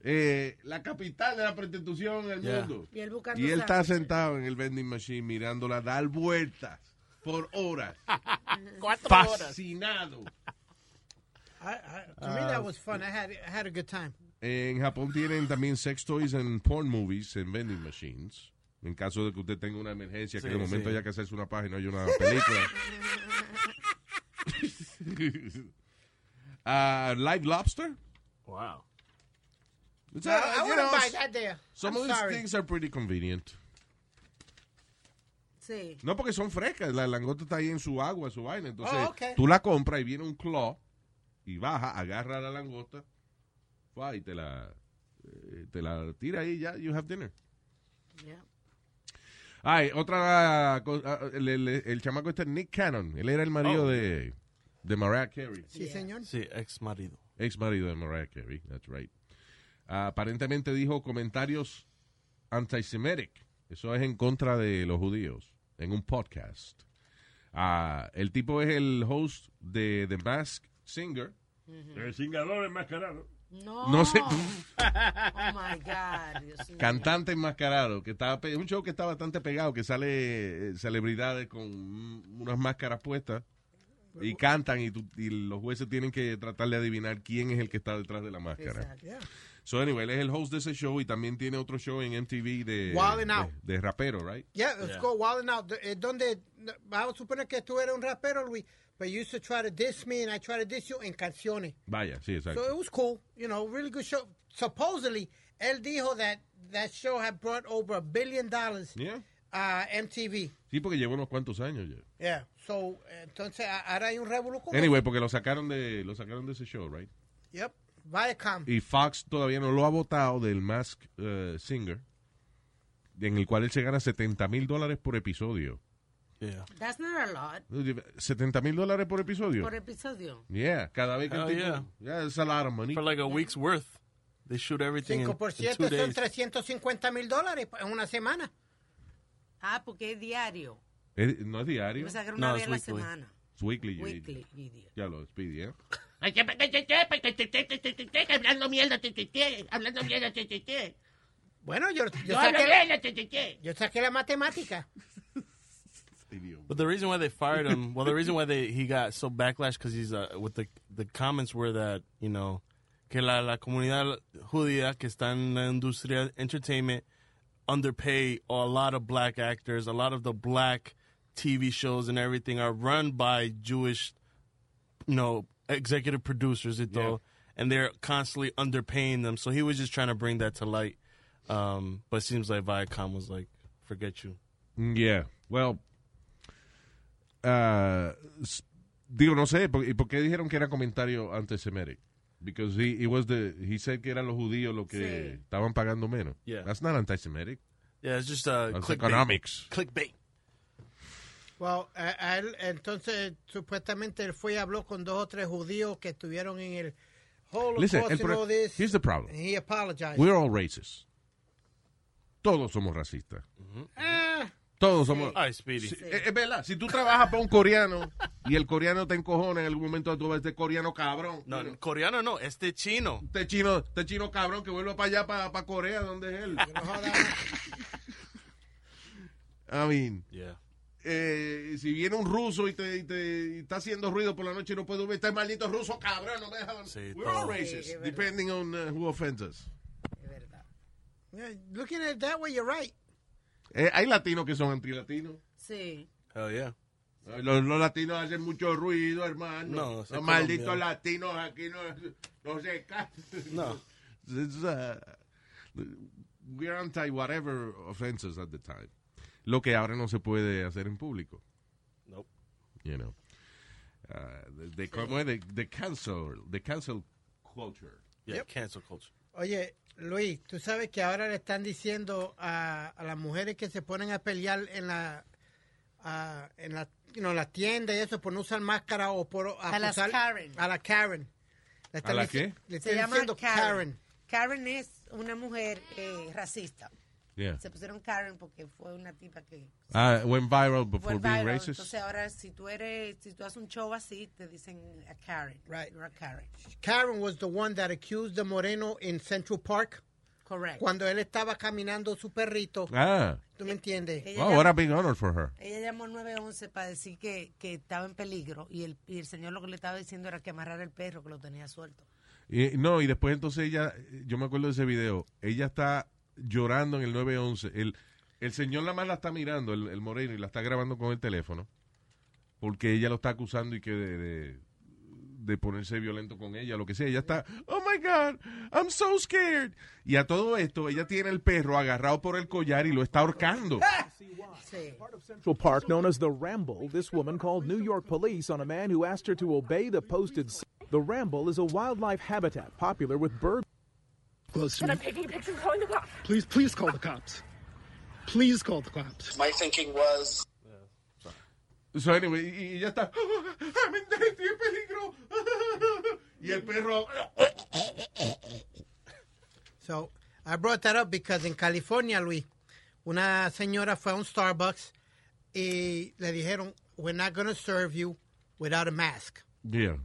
Speaker 5: Eh, la capital de la prostitución del
Speaker 8: Yeah.
Speaker 5: mundo.
Speaker 7: Y él buscando
Speaker 5: Y él está
Speaker 7: sándwiches.
Speaker 5: sentado en el vending machine mirándola dar vueltas por horas.
Speaker 7: Cuatro
Speaker 5: Fascinado.
Speaker 6: I, I, to me, that was fun. I had, I had a good time.
Speaker 5: En Japón tienen también sex toys and porn movies en vending machines. En caso de que usted tenga una emergencia, que
Speaker 8: Sí,
Speaker 5: de momento
Speaker 8: sí.
Speaker 5: haya que hacerse una página y una
Speaker 6: (laughs)
Speaker 5: película. (laughs) Ah, live lobster.
Speaker 8: Wow.
Speaker 5: It's
Speaker 6: No,
Speaker 5: a-
Speaker 6: I
Speaker 5: you
Speaker 6: wouldn't
Speaker 5: know,
Speaker 6: buy that there.
Speaker 5: Some
Speaker 6: I'm
Speaker 5: of these
Speaker 6: sorry.
Speaker 5: things are pretty convenient.
Speaker 7: Sí.
Speaker 5: No, porque son frescas. La langota está ahí en su agua, su vaina. Entonces,
Speaker 7: Oh, ok.
Speaker 5: tú la compras y viene un claw y baja, agarra la langosta fa, y te la, eh, te la tira ahí y ya. You have dinner.
Speaker 7: Yeah.
Speaker 5: Ay, otra cosa. El, el- el chamaco este, Nick Cannon. Él era el marido
Speaker 8: Oh.
Speaker 5: de, de Mariah Carey.
Speaker 6: Sí, señor.
Speaker 8: Sí, ex marido.
Speaker 5: Ex marido de Mariah Carey. That's right. Ah, aparentemente dijo comentarios antisemitic. Eso es en contra de los judíos. En un podcast. Ah, el tipo es el host de The Mask Singer.
Speaker 1: El cingador enmascarado.
Speaker 7: No.
Speaker 5: No sé.
Speaker 7: Oh my
Speaker 5: (laughs)
Speaker 7: God. Dios mío.
Speaker 5: Cantante enmascarado, que estaba pe- un show que está bastante pegado, que sale eh, celebridades con mm, unas máscaras puestas y cantan y, tú- y los jueces tienen que tratar de adivinar quién es el que está detrás de la máscara.
Speaker 7: Exacto.
Speaker 5: So anyway, él es el host de ese show y también tiene otro show en MTV de
Speaker 6: Wildin'
Speaker 5: de,
Speaker 6: Out.
Speaker 5: de rapero, right?
Speaker 6: Yeah, let's
Speaker 5: Yeah.
Speaker 6: go wild and out. Eh, Donde, no, vamos a suponer que tú eres un rapero, Luis, but you used to try to diss me and I try to diss you en canciones.
Speaker 5: Vaya, sí, exacto.
Speaker 6: So it was cool, you know, really good show. Supposedly, El dijo that that show had brought over a billion dollars
Speaker 5: Yeah.
Speaker 6: uh, MTV.
Speaker 5: Sí, porque llevó unos cuantos años ya.
Speaker 6: Yeah. So, eh, entonces, a- ahora hay un revolú con
Speaker 5: Anyway,
Speaker 6: eso.
Speaker 5: porque lo sacaron de lo sacaron de ese show, right?
Speaker 6: Yep. Viacom.
Speaker 5: Y Fox todavía no lo ha votado del Mask eh, Singer, en el cual él se gana 70 mil dólares por episodio.
Speaker 7: That's not a lot.
Speaker 5: 70 mil dólares por episodio.
Speaker 7: Por episodio.
Speaker 5: Yeah, cada vez que el
Speaker 8: Hell
Speaker 5: tipo-
Speaker 8: yeah.
Speaker 5: Yeah, it's a lot of money.
Speaker 8: For like a week's worth. They shoot everything in,
Speaker 6: 5 por
Speaker 8: in two
Speaker 6: 7 son
Speaker 8: days.
Speaker 6: 350 mil dólares en una semana.
Speaker 7: Ah, porque es diario.
Speaker 5: Es- Eh, no es diario.
Speaker 7: Me sacaron una vez a la semana.
Speaker 5: It's weekly. you
Speaker 7: Weekly.
Speaker 5: idiot. Ya lo Speedy, ¿eh?
Speaker 12: Hablando mierda, hablando mierda,
Speaker 6: Bueno, yo, yo,
Speaker 12: No,
Speaker 6: saqué,
Speaker 12: no,
Speaker 6: la, yo saqué la matemática.
Speaker 8: But the reason why they fired him, well, the reason why they he got so backlash because he's uh, with the the comments were that you know que la, la comunidad judía que está en la industria entertainment underpay a lot of black actors, a lot of the black TV shows and everything are run by Jewish, you know, executive producers it though, and they're constantly underpaying them. So he was just trying to bring that to light, um, but it seems like Viacom was like, forget you.
Speaker 5: Yeah, well. ah, s- digo, no sé, ¿por, y por qué dijeron que era comentario antisemitic? Because he, it was the, he said que eran los judíos los que
Speaker 8: Sí.
Speaker 5: estaban pagando menos.
Speaker 8: Yeah.
Speaker 5: That's not antisemitic.
Speaker 8: Yeah, it's just uh,
Speaker 5: That's
Speaker 8: clickbait.
Speaker 5: economics.
Speaker 8: Clickbait.
Speaker 6: Well, a- a él, entonces, supuestamente él fue y habló con dos o tres judíos que estuvieron en el Holocaust
Speaker 5: Listen, el
Speaker 6: and all
Speaker 5: pro-
Speaker 6: this.
Speaker 5: here's the problem.
Speaker 6: And he apologized.
Speaker 5: We're all racist. Todos somos racistas.
Speaker 6: Ah,
Speaker 5: Todos somos.
Speaker 8: Mm-hmm. Ay, Speedy.
Speaker 5: Si- Es, es verdad, si tú trabajas para un coreano y el coreano te encojona en algún momento, tú vas a este coreano cabrón.
Speaker 8: No, no, coreano no, este chino.
Speaker 5: Este chino, este chino cabrón que vuelve para allá, para, para Corea, donde es él.
Speaker 8: (laughs)
Speaker 5: I mean,
Speaker 8: Yeah.
Speaker 5: eh, si viene un ruso y te, y te- y está haciendo ruido por la noche y no puede dormir, está el maldito ruso cabrón, no me deja dormir.
Speaker 8: Sí,
Speaker 5: We're all
Speaker 8: todo.
Speaker 5: racist,
Speaker 7: Sí, es verdad.
Speaker 5: depending on uh, who offends us.
Speaker 7: Es verdad.
Speaker 6: yeah, looking at it that way, you're right.
Speaker 5: Eh, hay latinos que son antilatinos. Eh,
Speaker 7: Sí.
Speaker 8: Hell yeah.
Speaker 5: Los, los latinos hacen mucho ruido, hermano.
Speaker 8: No,
Speaker 5: los
Speaker 8: soy
Speaker 5: malditos
Speaker 8: colombiano.
Speaker 5: latinos (laughs) aquí no, no se casan.
Speaker 8: No.
Speaker 5: It's, uh, we're anti whatever offenses at the time. Lo que ahora no se puede hacer en público.
Speaker 8: Nope.
Speaker 5: You know. Uh, they, they, ¿cómo es? They- they cancel, they cancel culture.
Speaker 8: Yeah, cancel culture.
Speaker 6: Oye, Luis, tú sabes que ahora le están diciendo a, a las mujeres que se ponen a pelear en la a- en la, you know, las tiendas y eso por no usar máscara o por
Speaker 7: A las Karen.
Speaker 6: a la Karen. Le están
Speaker 5: la
Speaker 6: dici-
Speaker 5: qué?
Speaker 6: Le
Speaker 7: Se
Speaker 6: están
Speaker 7: llama
Speaker 6: diciendo Karen.
Speaker 7: Karen. Karen es una mujer eh, racista.
Speaker 5: Yeah.
Speaker 7: Se pusieron Karen porque fue una tipa que
Speaker 5: Ah, went viral before
Speaker 7: fue
Speaker 5: being
Speaker 7: viral.
Speaker 5: racist.
Speaker 7: Entonces ahora si tú eres, si tú haces un show así, te dicen a Karen.
Speaker 6: Right.
Speaker 7: You're a Karen.
Speaker 6: Karen was the one that accused the Moreno in Central Park
Speaker 7: Correct.
Speaker 6: cuando él estaba caminando su perrito.
Speaker 5: Ah.
Speaker 6: ¿Tú me entiendes?
Speaker 7: Ella
Speaker 5: Oh,
Speaker 7: llamó-
Speaker 5: what a big honor for her.
Speaker 7: Ella llamó al 911 para decir que, que estaba en peligro y el, y el señor lo que le estaba diciendo era que amarrara el perro que lo tenía suelto.
Speaker 5: Y- no, y después entonces ella, yo me acuerdo de ese video, ella está llorando en el 911. El, el señor la más la está mirando, el, el moreno, y la está grabando con el teléfono, porque ella lo está acusando y que de, de- de ponerse violento con ella, lo que sea. Ella está, oh my God, I'm so scared. Y a todo esto, ella tiene el perro agarrado por el collar y lo está ahorcando.
Speaker 14: Central Park, known as the Ramble, this woman called New York police on a man who asked her to obey the posted. s- The Ramble is a wildlife habitat popular with bird. Close
Speaker 11: But I'm taking a picture calling the cops.
Speaker 14: Please, please call the cops. Please call the cops.
Speaker 11: My thinking was.
Speaker 5: So anyway, y- y ella está, "Ah, I'm in danger, en peligro. (laughs) y el perro...
Speaker 6: So, I brought that up because in California, Luis, una señora fue a un Starbucks y le dijeron, we're not going to serve you without a mask.
Speaker 5: Yeah.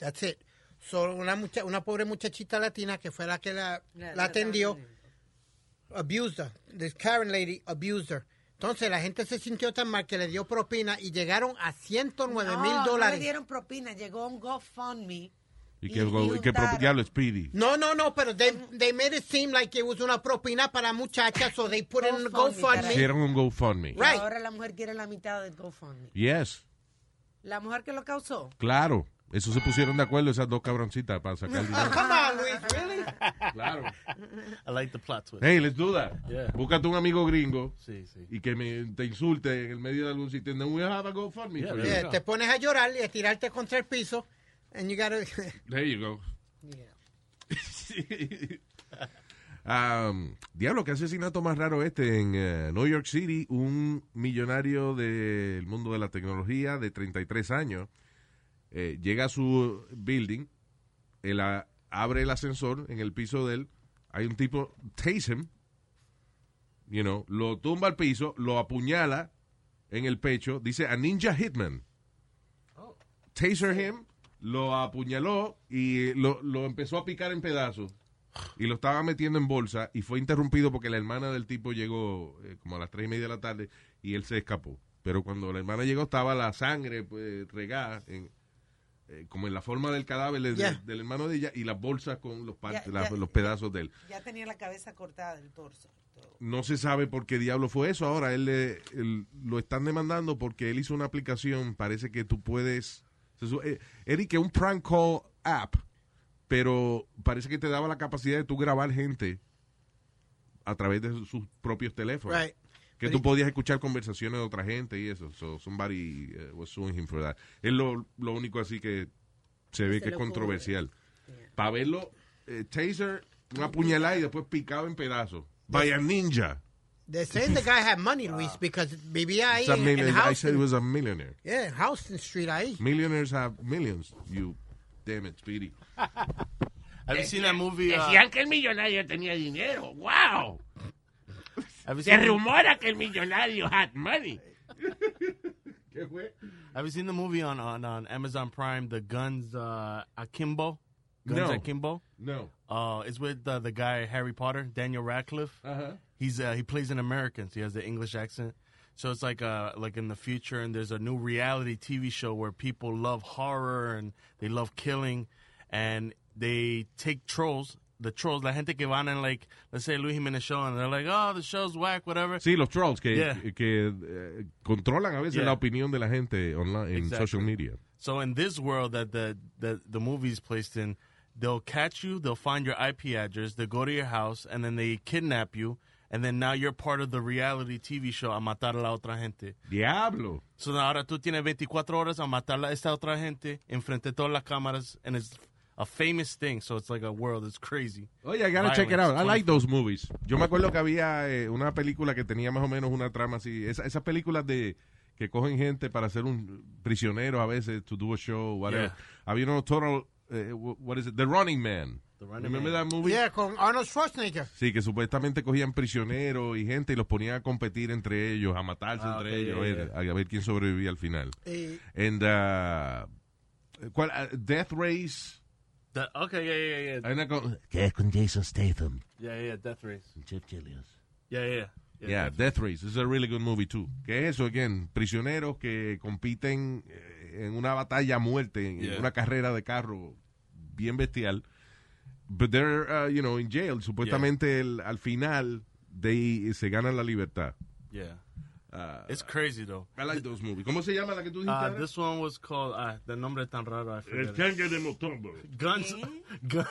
Speaker 6: That's it. So, una, mucha- una pobre muchachita latina que fue la que la,
Speaker 7: La-
Speaker 6: la
Speaker 7: la-
Speaker 6: atendió, abused her. This Karen lady abused her. Entonces, la gente se sintió tan mal que le dio propina y llegaron a 109 mil
Speaker 7: no, No le
Speaker 6: dólares.
Speaker 7: dieron propina, llegó un GoFundMe.
Speaker 5: Y que, y que pro- diablo, Speedy.
Speaker 6: No, no, no, pero they, they made it seem like it was una propina para muchachas, so they put in GoFundMe.
Speaker 5: Hicieron un GoFundMe.
Speaker 7: Y ahora la mujer quiere la mitad del GoFundMe.
Speaker 5: Yes,
Speaker 7: La mujer que lo causó.
Speaker 5: claro. Eso se pusieron de acuerdo esas dos cabroncitas para sacar el (laughs) dinero.
Speaker 6: Come on, Luis, really?
Speaker 5: Claro.
Speaker 8: I like the plot (laughs) twist.
Speaker 5: Hey, let's do that.
Speaker 8: Yeah.
Speaker 5: Búscate un amigo gringo
Speaker 8: Sí, sí.
Speaker 5: y que me, te insulte en el medio de algún sitio. No, we have a GoFundMe. for you.
Speaker 6: Yeah, Eh, te pones a llorar y a tirarte contra el piso, and you gotta... (laughs)
Speaker 5: There you go. Um, diablo, qué asesinato más raro este en eh, New York City. Un millonario del mundo de la tecnología de 33 años eh, llega a su building, él a- abre el ascensor en el piso de él. Hay un tipo, tase him, you know, lo tumba al piso, lo apuñala en el pecho. Dice a ninja hitman.
Speaker 7: Oh.
Speaker 5: Taser him, lo apuñaló y lo, lo empezó a picar en pedazos y lo estaba metiendo en bolsa y fue interrumpido porque la hermana del tipo llegó eh, como a las tres y media de la tarde y él se escapó. Pero cuando la hermana llegó estaba la sangre pues, regada en- eh, como en la forma del cadáver de-
Speaker 7: Yeah.
Speaker 5: del hermano de ella y las bolsas con los, partes,
Speaker 7: Ya,
Speaker 5: las-
Speaker 7: ya.
Speaker 5: los pedazos de él.
Speaker 7: Ya tenía la cabeza cortada del torso.
Speaker 5: No se sabe por qué diablo fue eso. Ahora él, le- él- lo están demandando porque él hizo una aplicación. Parece que tú puedes. se su- eh, Eric, es un prank call app, pero parece que te daba la capacidad de tú grabar gente a través de su- sus propios teléfonos.
Speaker 6: Right.
Speaker 5: Que
Speaker 6: But
Speaker 5: tú
Speaker 6: he-
Speaker 5: podías escuchar conversaciones de otra gente y eso. So somebody eh, was suing him for that. Es lo, lo único así que se ve
Speaker 6: Se
Speaker 5: que es
Speaker 6: le ocurre.
Speaker 5: controversial. Para verlo, eh, taser, una puñalada y después picado en pedazos. Vaya ninja.
Speaker 6: They're saying the guy had money, Luis, because vivía ahí
Speaker 5: It's a
Speaker 6: en, en
Speaker 5: million- I said it
Speaker 6: Houston.
Speaker 5: was a millionaire.
Speaker 6: Yeah, en Houston Street ahí.
Speaker 5: Millionaires have millions. You damn it, Speedy.
Speaker 8: Have you seen that movie?
Speaker 1: eh,
Speaker 8: uh,
Speaker 15: Decían que el millonario tenía dinero. ¡Wow!
Speaker 8: have you
Speaker 15: Se
Speaker 8: seen-
Speaker 15: rumora que el millonario had money.
Speaker 8: Have you seen the movie on on, on Amazon Prime, The Guns uh, Akimbo? Guns
Speaker 5: No.
Speaker 8: Akimbo.
Speaker 5: No.
Speaker 8: Uh, it's with uh, the guy Harry Potter, Daniel Radcliffe.
Speaker 5: Uh-huh.
Speaker 8: He's uh, he plays an American, so he has the English accent. So it's like uh like in the future, and there's a new reality TV show where people love horror and they love killing, and they take trolls. The trolls, la gente que van and like, let's say Luis Jimenez show, and they're like, oh, the show's whack, whatever.
Speaker 5: Sí, los trolls que,
Speaker 8: Yeah.
Speaker 5: que eh, controlan a veces
Speaker 8: Yeah.
Speaker 5: la opinión de la gente online, en
Speaker 8: Exactly.
Speaker 5: social media.
Speaker 8: So in this world that the the, the movie's placed in, They'll catch you. They'll find your IP address. They go to your house, and then they kidnap you. And then now you're part of the reality TV show A Matar a la Otra Gente.
Speaker 5: Diablo.
Speaker 8: So now ahora tú tienes 24 horas a matar a esta otra gente enfrente de todas las cámaras. And it's a famous thing. So it's like a world. It's crazy.
Speaker 5: Oh, yeah, I gotta check it out. I like those movies. Yo me acuerdo que había eh, una película que tenía más o menos una trama así. Esa- esas películas de que cogen gente para ser un prisionero a veces, to do a show, whatever.
Speaker 8: Yeah.
Speaker 5: Había uno total, eh, what is it? The Running Man.
Speaker 8: The Running
Speaker 5: Remember
Speaker 8: Man.
Speaker 5: that movie?
Speaker 6: Yeah, con Arnold Schwarzenegger.
Speaker 5: Sí, que supuestamente cogían prisioneros y gente y los ponían a competir entre ellos, a matarse
Speaker 8: Ah,
Speaker 5: entre
Speaker 8: ok,
Speaker 5: ellos,
Speaker 8: yeah,
Speaker 5: eh, a ver quién sobrevivía al final.
Speaker 8: Y-
Speaker 5: And, uh, ¿cuál? Uh, Death Race.
Speaker 8: The- okay, yeah, yeah, yeah.
Speaker 5: Hay una co-
Speaker 16: Que es con Jason Statham.
Speaker 8: Yeah, yeah, Death Race.
Speaker 16: Jeff Chelios.
Speaker 8: Yeah, yeah.
Speaker 5: Yeah, Death Race is a really good movie too. Que eso, again, prisioneros que compiten eh, en una batalla a muerte, en
Speaker 8: Yeah.
Speaker 5: una carrera de carro bien bestial. But they're, uh, you know, in jail. Supuestamente el- al final they, eh, se ganan la libertad. Uh,
Speaker 8: Yeah. it's crazy though.
Speaker 5: I like those movies. ¿Cómo se llama la que tú
Speaker 8: Uh,
Speaker 5: dijiste?
Speaker 8: this one was called uh, the nombre tan raro. I forget
Speaker 15: El
Speaker 8: it.
Speaker 15: tanque de Motombo.
Speaker 8: Guns,
Speaker 5: Mm-hmm.
Speaker 8: (laughs) gun,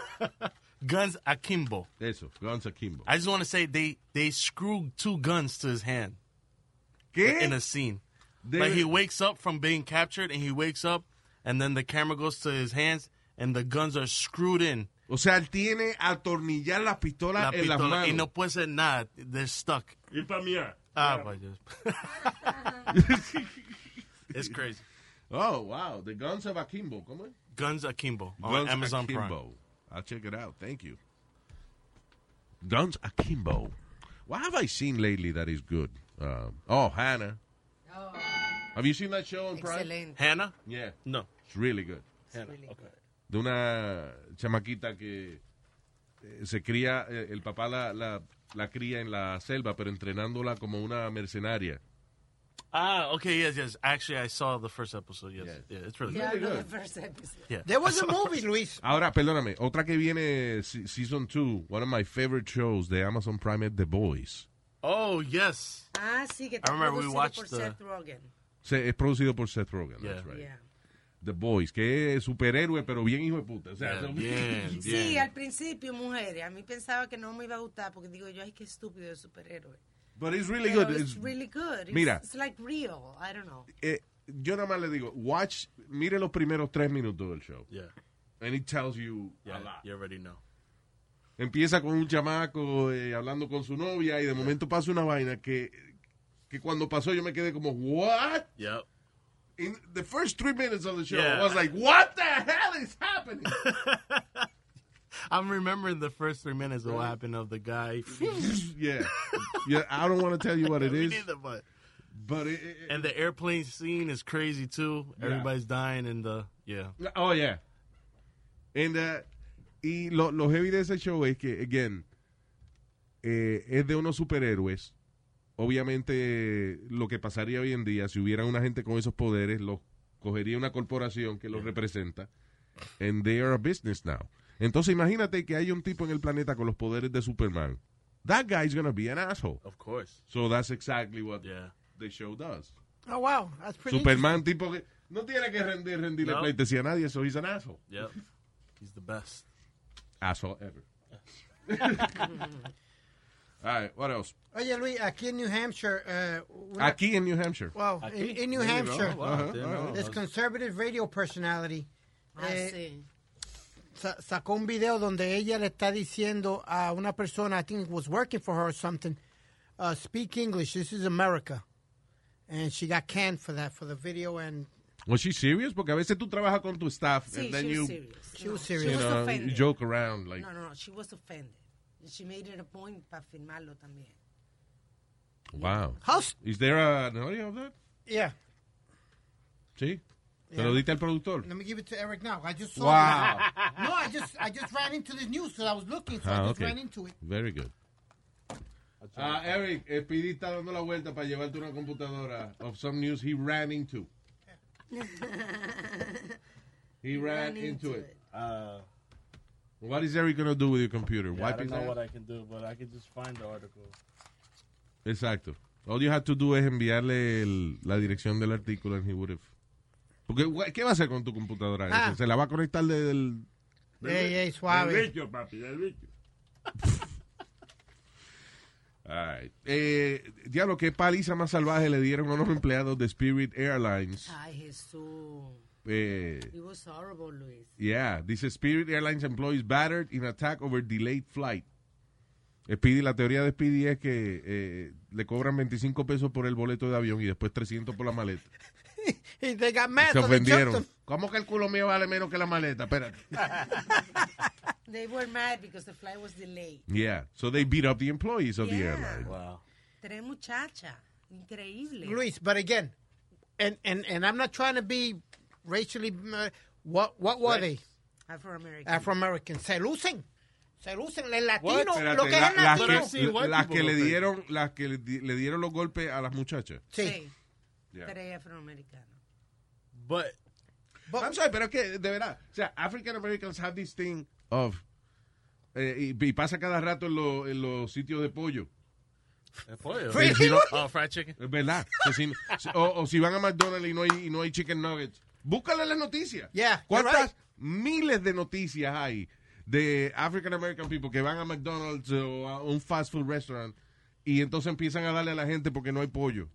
Speaker 8: guns akimbo.
Speaker 5: Eso, guns akimbo.
Speaker 8: I just want to say they they screwed two guns to his hand.
Speaker 5: ¿Qué?
Speaker 8: In a scene,
Speaker 5: They-
Speaker 8: like he wakes up from being captured, and he wakes up, and then the camera goes to his hands, and the guns are screwed in.
Speaker 5: O sea, él tiene atornillar las pistolas
Speaker 8: La
Speaker 5: Ah, en las
Speaker 8: pistola, y
Speaker 5: manos.
Speaker 8: no puede ser nada. They're stuck.
Speaker 15: Y pa' mía.
Speaker 8: Ah, pues,
Speaker 5: (laughs)
Speaker 8: (laughs) it's crazy.
Speaker 5: Oh, wow. The Guns of Akimbo. ¿Cómo es?
Speaker 8: Guns akimbo on
Speaker 5: Guns
Speaker 8: Amazon Prime.
Speaker 5: Akimbo. I'll check it out. Thank you. Guns Akimbo. What have I seen lately that is good? Um, oh, Hannah. Have you seen that show on Prime?
Speaker 7: Oh. Excelente.
Speaker 8: Hannah?
Speaker 5: Yeah.
Speaker 8: No.
Speaker 5: It's really good.
Speaker 8: Hannah. Okay.
Speaker 5: De una chamaquita que eh, se cría, eh, el papá la, la, la cría en la selva, pero entrenándola como una mercenaria.
Speaker 8: Ah, okay, yes, yes. Actually, I saw the first episode. Yes, yeah, it's really
Speaker 7: Yeah, I
Speaker 8: good.
Speaker 7: know the first episode.
Speaker 8: Yeah.
Speaker 6: There was a movie, Luis.
Speaker 5: Ahora, perdóname, otra que viene se- season 2, one of my favorite shows de Amazon Prime es The Boys.
Speaker 8: Oh yes.
Speaker 7: Ah, sí, que
Speaker 8: I remember we
Speaker 7: producido
Speaker 8: watched
Speaker 7: por
Speaker 8: the-
Speaker 7: Seth Rogen.
Speaker 5: Se, es producido por Seth Rogen, that's uh, right.
Speaker 7: Yeah.
Speaker 5: The Boys, que es superhéroe, pero bien hijo de puta. O sea,
Speaker 8: Yeah,
Speaker 5: son-
Speaker 8: (laughs) bien,
Speaker 7: Sí, al principio, mujeres. A mí pensaba que no me iba a gustar porque digo yo, ay, qué estúpido de superhéroe.
Speaker 5: (laughs) But it's really
Speaker 7: Pero
Speaker 5: good.
Speaker 7: It's,
Speaker 5: It's-
Speaker 7: really good. It's-
Speaker 5: Mira.
Speaker 7: It's like real. I don't know.
Speaker 5: eh, yo nada más le digo, watch, mire los primeros tres minutos del show.
Speaker 8: Yeah.
Speaker 5: And it tells you a lot.
Speaker 8: You already know.
Speaker 5: Empieza con un chamaco eh, hablando con su novia y de momento pasa una vaina que, que cuando pasó yo me quedé como, what?
Speaker 8: Yep.
Speaker 5: In the first three minutes of the show,
Speaker 8: Yeah.
Speaker 5: I was like, what the hell is happening? (laughs)
Speaker 8: I'm remembering the first three minutes of what happened of the (laughs) guy.
Speaker 5: yeah. yeah, I don't want to tell you what it
Speaker 8: Me
Speaker 5: is.
Speaker 8: neither, but
Speaker 5: but it,
Speaker 8: and the airplane scene is crazy too.
Speaker 5: Yeah.
Speaker 8: Everybody's dying and the yeah.
Speaker 5: Oh, yeah. And, uh, y lo, lo heavy de ese show es que, again, eh, es de unos superhéroes. Obviamente, lo que pasaría hoy en día, si hubiera una gente con esos poderes, los cogería una corporación que los representa. And they are a business now. Entonces, imagínate que hay un tipo en el planeta con los poderes de Superman. That guy's gonna be an asshole.
Speaker 8: Of course.
Speaker 5: So that's exactly what
Speaker 8: yeah.
Speaker 5: the show does.
Speaker 6: Oh, wow. That's pretty
Speaker 5: Superman, tipo que no tiene que rendir, rendirle
Speaker 8: No.
Speaker 5: pleitesía a nadie, so he's an asshole.
Speaker 8: Yep. He's the best.
Speaker 5: Asshole ever. All right, what else?
Speaker 6: Oye, Luis, aquí en New Hampshire. eh, una-
Speaker 5: Aquí en New Hampshire.
Speaker 6: Wow,
Speaker 5: Aquí.
Speaker 6: in, in New
Speaker 5: There you go.
Speaker 6: Hampshire,
Speaker 5: Wow,
Speaker 8: Uh-huh.
Speaker 5: Ajá, didn't know
Speaker 6: this
Speaker 5: that.
Speaker 6: conservative radio personality
Speaker 7: Ah,
Speaker 6: eh,
Speaker 7: sí.
Speaker 6: sa- sacó un video donde ella le está diciendo a una persona, I think was working for her or something, uh, speak English, this is America. And she got canned for that, for the video and...
Speaker 5: Was she serious? Porque a veces tú trabajas con tu staff
Speaker 7: Sí,
Speaker 5: and then
Speaker 7: she
Speaker 5: you,
Speaker 7: was serious.
Speaker 6: She was
Speaker 7: No,
Speaker 6: serious.
Speaker 5: you
Speaker 7: was
Speaker 5: know,
Speaker 7: offended.
Speaker 5: you joke around like
Speaker 7: No, no, no. She was offended. She made it a point para firmarlo también.
Speaker 5: wow.
Speaker 6: How's-
Speaker 5: Is there a, an audio of that?
Speaker 6: Yeah,
Speaker 5: Sí. ¿Te
Speaker 6: Yeah.
Speaker 5: lo diste al productor?
Speaker 6: let me give it to Eric now. I just saw
Speaker 5: Wow.
Speaker 6: that. (laughs) No, I just, I just ran into the news that I was looking for. I
Speaker 5: Ah,
Speaker 6: just
Speaker 5: okay.
Speaker 6: ran into it.
Speaker 5: Very good. Ah, Eric, Speedy está dando la vuelta para llevarte una computadora of some news he ran
Speaker 7: (laughs)
Speaker 5: into. He ran, into, it.
Speaker 8: Uh,
Speaker 5: What is Eric going to do with your computer?
Speaker 8: yeah, I
Speaker 5: Wipe
Speaker 8: don't
Speaker 5: it
Speaker 8: know
Speaker 5: out?
Speaker 8: what I can do, but I can just find the article.
Speaker 5: Exacto. All you have to do es enviarle el- la dirección del artículo and he would have- Porque, gua- ¿qué va a hacer con tu computadora?
Speaker 6: Ah.
Speaker 5: ¿Se la va a conectar del
Speaker 6: Ey, ey, suave. (laughs)
Speaker 1: Derecho, papi, derecho.
Speaker 5: All right. Eh, diablo, qué paliza más salvaje le dieron a unos empleados de Spirit Airlines.
Speaker 7: Ay, Jesús.
Speaker 5: Eh,
Speaker 7: It was horrible, Luis.
Speaker 5: Yeah, dice Spirit Airlines employees battered in attack over delayed flight. Eh, Speedy, la teoría de Speedy es que eh, le cobran 25 pesos por el boleto de avión y después 300 por la maleta.
Speaker 6: Y they got mad,
Speaker 5: Se
Speaker 6: so they
Speaker 5: ofendieron.
Speaker 6: jumped
Speaker 5: ¿Cómo que el culo mío vale menos que la maleta? Espérate.
Speaker 7: They were mad because the flight was delayed.
Speaker 5: Yeah, so they beat up the employees of the
Speaker 7: Yeah.
Speaker 5: airline.
Speaker 7: Tres muchachas. Increíble.
Speaker 6: (laughs) Luis, but again, and and and I'm not trying to be racially. uh, what what were they?
Speaker 7: Afro-American.
Speaker 6: Afro American. Se lucen, se lucen. El
Speaker 5: What?
Speaker 6: latino,
Speaker 5: Espérate,
Speaker 6: lo que
Speaker 5: la-
Speaker 6: es el
Speaker 5: las
Speaker 6: latino.
Speaker 5: que- las que le dieron, las que le, di- le dieron los golpes a las muchachas.
Speaker 7: Sí.
Speaker 5: Yeah.
Speaker 7: Tres afroamericanos.
Speaker 5: But, I'm sorry, pero es que de verdad, o sea, African Americans have this thing of eh, y, y pasa cada rato en, lo- en los sitios de pollo.
Speaker 8: ¿El pollo?
Speaker 5: Sí, si no-
Speaker 8: Oh, fried chicken.
Speaker 5: Es verdad. que si- si- o, o si van a McDonald's y no hay, y no hay chicken nuggets. Búscale las noticias.
Speaker 6: Yeah, you're
Speaker 5: ¿Cuántas miles de noticias hay de African American people que van a McDonald's o a un fast food restaurant y entonces empiezan a darle a la gente porque no hay pollo?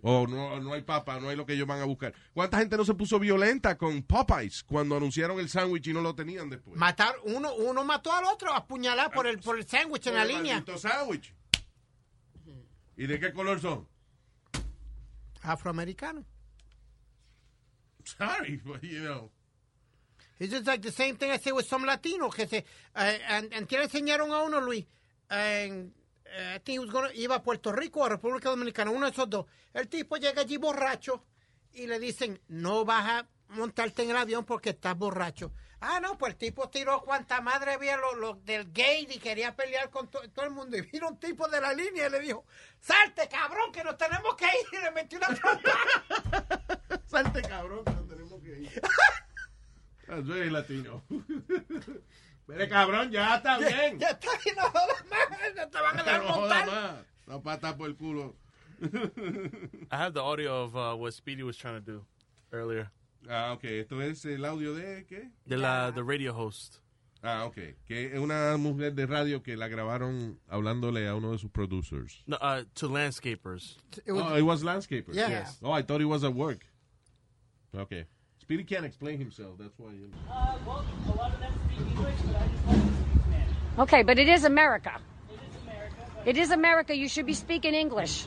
Speaker 5: O no, no hay papa, no hay lo que ellos van a buscar. ¿Cuánta gente no se puso violenta con Popeyes cuando anunciaron el sándwich y no lo tenían después?
Speaker 6: Matar uno, uno mató al otro, apuñalar por el por el sándwich en
Speaker 5: Por
Speaker 6: la
Speaker 5: el
Speaker 6: línea.
Speaker 5: maldito sándwich. ¿Y de qué color son?
Speaker 6: Afroamericano.
Speaker 5: Sorry, but you know.
Speaker 6: It's just like the same thing I say with some Latinos. Que se, eh, an- antier enseñaron a uno, Luis. en- eh, I think he was gonna- iba a Puerto Rico o a República Dominicana, uno de esos dos. El tipo llega allí borracho y le dicen, no vas a montarte en el avión porque estás borracho. Ah, no, pues el tipo tiró cuanta madre había los del gay y quería pelear con to- todo el mundo. Y vino un tipo de la línea y le dijo, salte, cabrón, que nos tenemos que ir. Y le metió una (laughs) trompa.
Speaker 5: salte, cabrón, que nos tenemos que ir. Ah, Tú eres latino. (laughs) Pero cabrón, ya está bien.
Speaker 6: Ya está, y no jodas más, no te van a dar
Speaker 5: No jodas
Speaker 6: montar.
Speaker 5: más. No pata por el culo.
Speaker 8: I have the audio of uh, what Speedy was trying to do earlier.
Speaker 5: Ah, ok. Esto es el audio de qué?
Speaker 8: De la the radio host.
Speaker 5: Ah, ok. Que es una mujer de radio que la grabaron hablándole a uno de sus producers.
Speaker 8: No, uh, to landscapers.
Speaker 5: oh, it was landscaper.
Speaker 8: Yeah. Yes.
Speaker 5: Oh, I thought it was at work. Okay. Speedy can't explain himself. That's why. you-
Speaker 17: Okay, but it is America. It is America. You should be speaking English.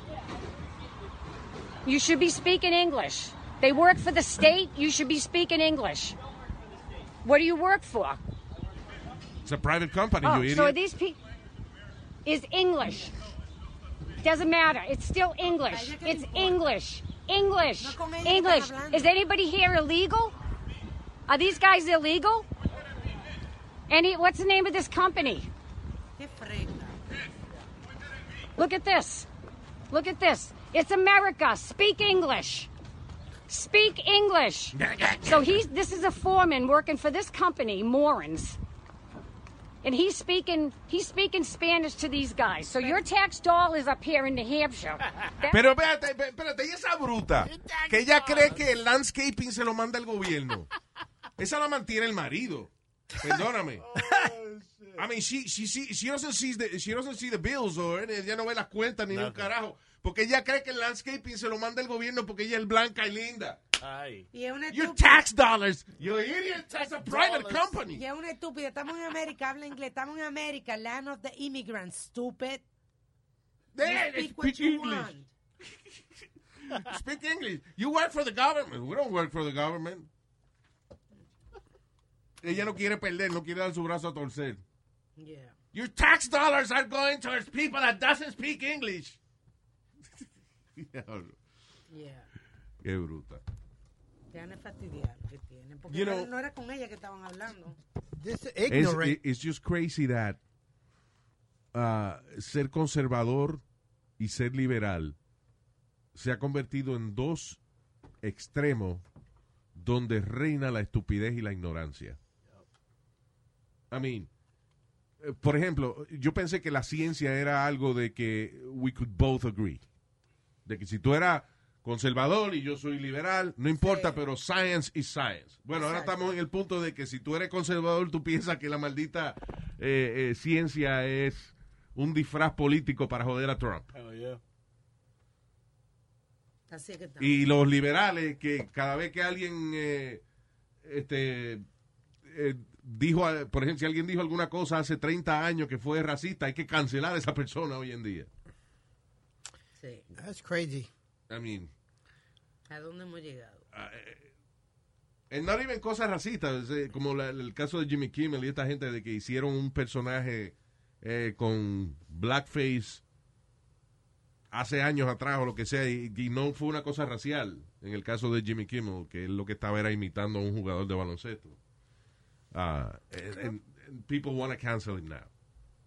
Speaker 17: You should be speaking English. They work for the state. You should be speaking English. What do you work for?
Speaker 5: It's a private company, you
Speaker 17: oh,
Speaker 5: idiot.
Speaker 17: so are these people is English. Doesn't matter. It's still English. It's English. English. English. Is anybody here illegal? Are these guys illegal? Any what's the name of this company?
Speaker 7: Qué frega.
Speaker 17: Look at this. Look at this. It's America. Speak English. Speak English. so he's this is a foreman working for this company, Morins. And he's speaking he's speaking Spanish to these guys. So your tax dollars up here in New Hampshire. That-
Speaker 5: Pero espérate, espérate, y esa bruta que ella cree que el landscaping se lo manda el gobierno. Esa la mantiene el marido. Perdóname. I mean, she, she, she, she, doesn't see the, she doesn't see the bills or any- ella no ve las cuentas ni un
Speaker 8: Nada.
Speaker 5: carajo. Porque ella cree que el landscaping se lo manda el gobierno porque ella es blanca y linda.
Speaker 8: Ay.
Speaker 7: Y es una
Speaker 5: Your
Speaker 7: estúpida.
Speaker 5: tax dollars, you idiot, that's a private company.
Speaker 7: Y es una estúpida. Estamos en América, habla inglés. Estamos en América, land of the immigrants, stupid. You
Speaker 5: They
Speaker 7: speak
Speaker 5: speak
Speaker 7: what you
Speaker 5: English.
Speaker 7: want.
Speaker 5: Speak English. You work for the government. We don't work for the government. Ella no quiere perder, no quiere dar su brazo a torcer.
Speaker 7: Yeah.
Speaker 5: Your tax dollars are going towards people that doesn't speak English.
Speaker 7: Yeah.
Speaker 5: Oh, Qué bruta.
Speaker 7: Te van a fastidiar lo que tienen. Porque
Speaker 5: You
Speaker 7: no,
Speaker 5: know-
Speaker 7: no era con ella que estaban hablando.
Speaker 5: It's, it's just crazy that uh, ser conservador y ser liberal se ha convertido en dos extremos donde reina la estupidez y la ignorancia. I mean, eh, por ejemplo, yo pensé que la ciencia era algo de que we could both agree. De que si tú eras conservador y yo soy liberal, no importa, pero science is science. Bueno, ahora
Speaker 18: Exacto.
Speaker 5: estamos en el punto de que si tú eres conservador, tú piensas que la maldita eh, eh, ciencia es un disfraz político para joder a Trump.
Speaker 7: Así es que estamos.
Speaker 5: Y los liberales, que cada vez que alguien eh, este, eh, dijo, eh, por ejemplo, si alguien dijo alguna cosa hace 30 años que fue racista, hay que cancelar a esa persona hoy en día.
Speaker 6: That's crazy.
Speaker 5: I mean,
Speaker 7: ¿A dónde hemos llegado?
Speaker 5: ah, eh, eh, no even cosas racistas, eh, como la- el caso de Jimmy Kimmel y esta gente de que hicieron un personaje eh, con blackface hace años atrás o lo que sea, y, y no fue una cosa racial. En el caso de Jimmy Kimmel, que él lo que estaba era imitando a un jugador de baloncesto. Ah, and- and- and people want to cancel it now.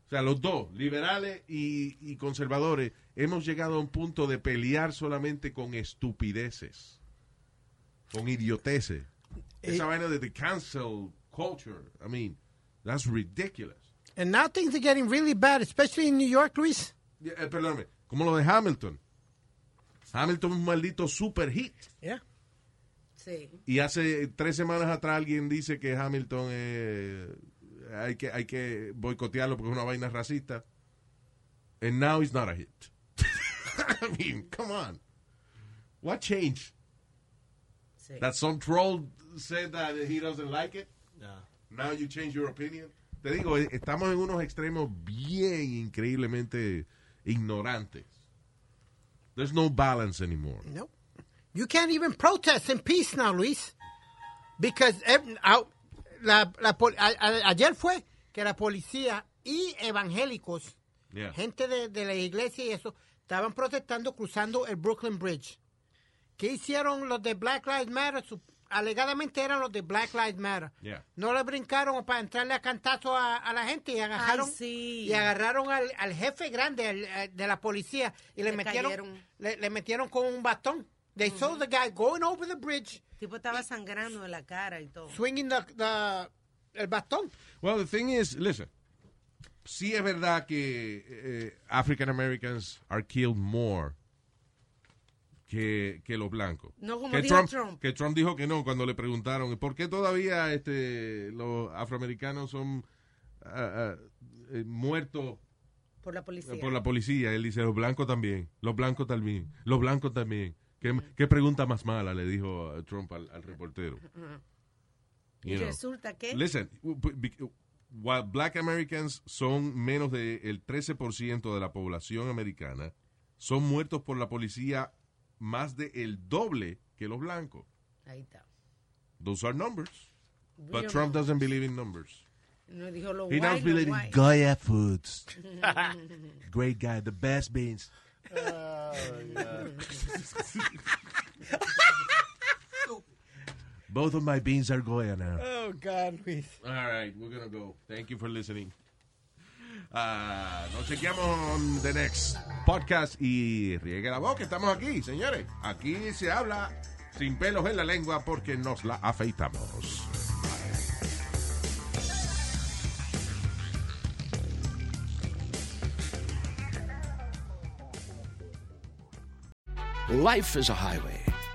Speaker 5: O sea, los dos, liberales y, y conservadores, hemos llegado a un punto de pelear solamente con estupideces, con idioteces. Esa vaina de the cancel culture, I mean, that's ridiculous.
Speaker 6: And now things are getting really bad, especially in New York, Luis.
Speaker 5: Eh, eh, perdóname, como lo de Hamilton. Hamilton es un maldito super hit.
Speaker 7: Sí.
Speaker 5: Y hace tres semanas atrás alguien dice que Hamilton eh, hay, que, hay que boicotearlo porque es una vaina racista. And now it's not a hit. (laughs) I mean, come on. What changed?
Speaker 7: Sí.
Speaker 5: That some troll said that he doesn't like it? Now you change your opinion? Te digo, eh, estamos en unos extremos bien increíblemente ignorantes. There's no balance anymore.
Speaker 6: Nope. You can't even protest in peace now, Luis. Because ev- out- la- la pol- a- a- ayer fue que la policía y evangélicos,
Speaker 5: Yeah.
Speaker 6: gente de, de la iglesia y eso, estaban protestando cruzando el Brooklyn Bridge. ¿Qué hicieron los de Black Lives Matter? Su- alegadamente eran los de Black Lives Matter.
Speaker 5: Yeah.
Speaker 6: No le brincaron para entrarle a cantazo a, a la gente y agarraron, y agarraron al, al jefe grande al- al- de la policía y le,
Speaker 7: Le
Speaker 6: metieron,
Speaker 7: cayeron.
Speaker 6: le, le metieron con un batón. They saw the guy going over the bridge,
Speaker 7: El tipo estaba sangrando de la cara y todo.
Speaker 6: swinging the, the- el batón.
Speaker 5: Well, the thing is, listen, sí es verdad que eh, African Americans are killed more que, que los blancos.
Speaker 7: No, como
Speaker 5: que
Speaker 7: dijo Trump.
Speaker 5: Que Trump dijo que no cuando le preguntaron por qué todavía este, los afroamericanos son ah, ah, eh, muertos
Speaker 7: Por la policía.
Speaker 5: por la policía. Él dice, los blancos también, los blancos también, los blancos también. ¿Qué, qué pregunta más mala? Le dijo eh, Trump al, al
Speaker 7: (laughs)
Speaker 5: reportero.
Speaker 7: Ujú.
Speaker 5: You
Speaker 7: y
Speaker 5: know.
Speaker 7: resulta que.
Speaker 5: Listen, b- b- while black Americans son menos del 13% de la población americana, son muertos por la policía más del el doble que los blancos.
Speaker 7: Ahí está.
Speaker 5: Those are numbers. But
Speaker 7: Real
Speaker 5: Trump
Speaker 7: numbers.
Speaker 5: doesn't believe in numbers.
Speaker 7: No dijo lo
Speaker 16: He now
Speaker 7: guay,
Speaker 16: believes
Speaker 7: lo
Speaker 16: in
Speaker 7: guay.
Speaker 16: Goya Foods. Great guy, the best beans.
Speaker 6: Oh,
Speaker 16: Both of my beans are Goya now.
Speaker 6: Oh, God, Luis.
Speaker 5: All right, we're gonna go. Thank you for listening. Ah, nos chequeamos on the next podcast y riegue la voz que estamos aquí, señores. Aquí se habla sin pelos en la lengua porque nos la afeitamos.
Speaker 13: Life is a highway,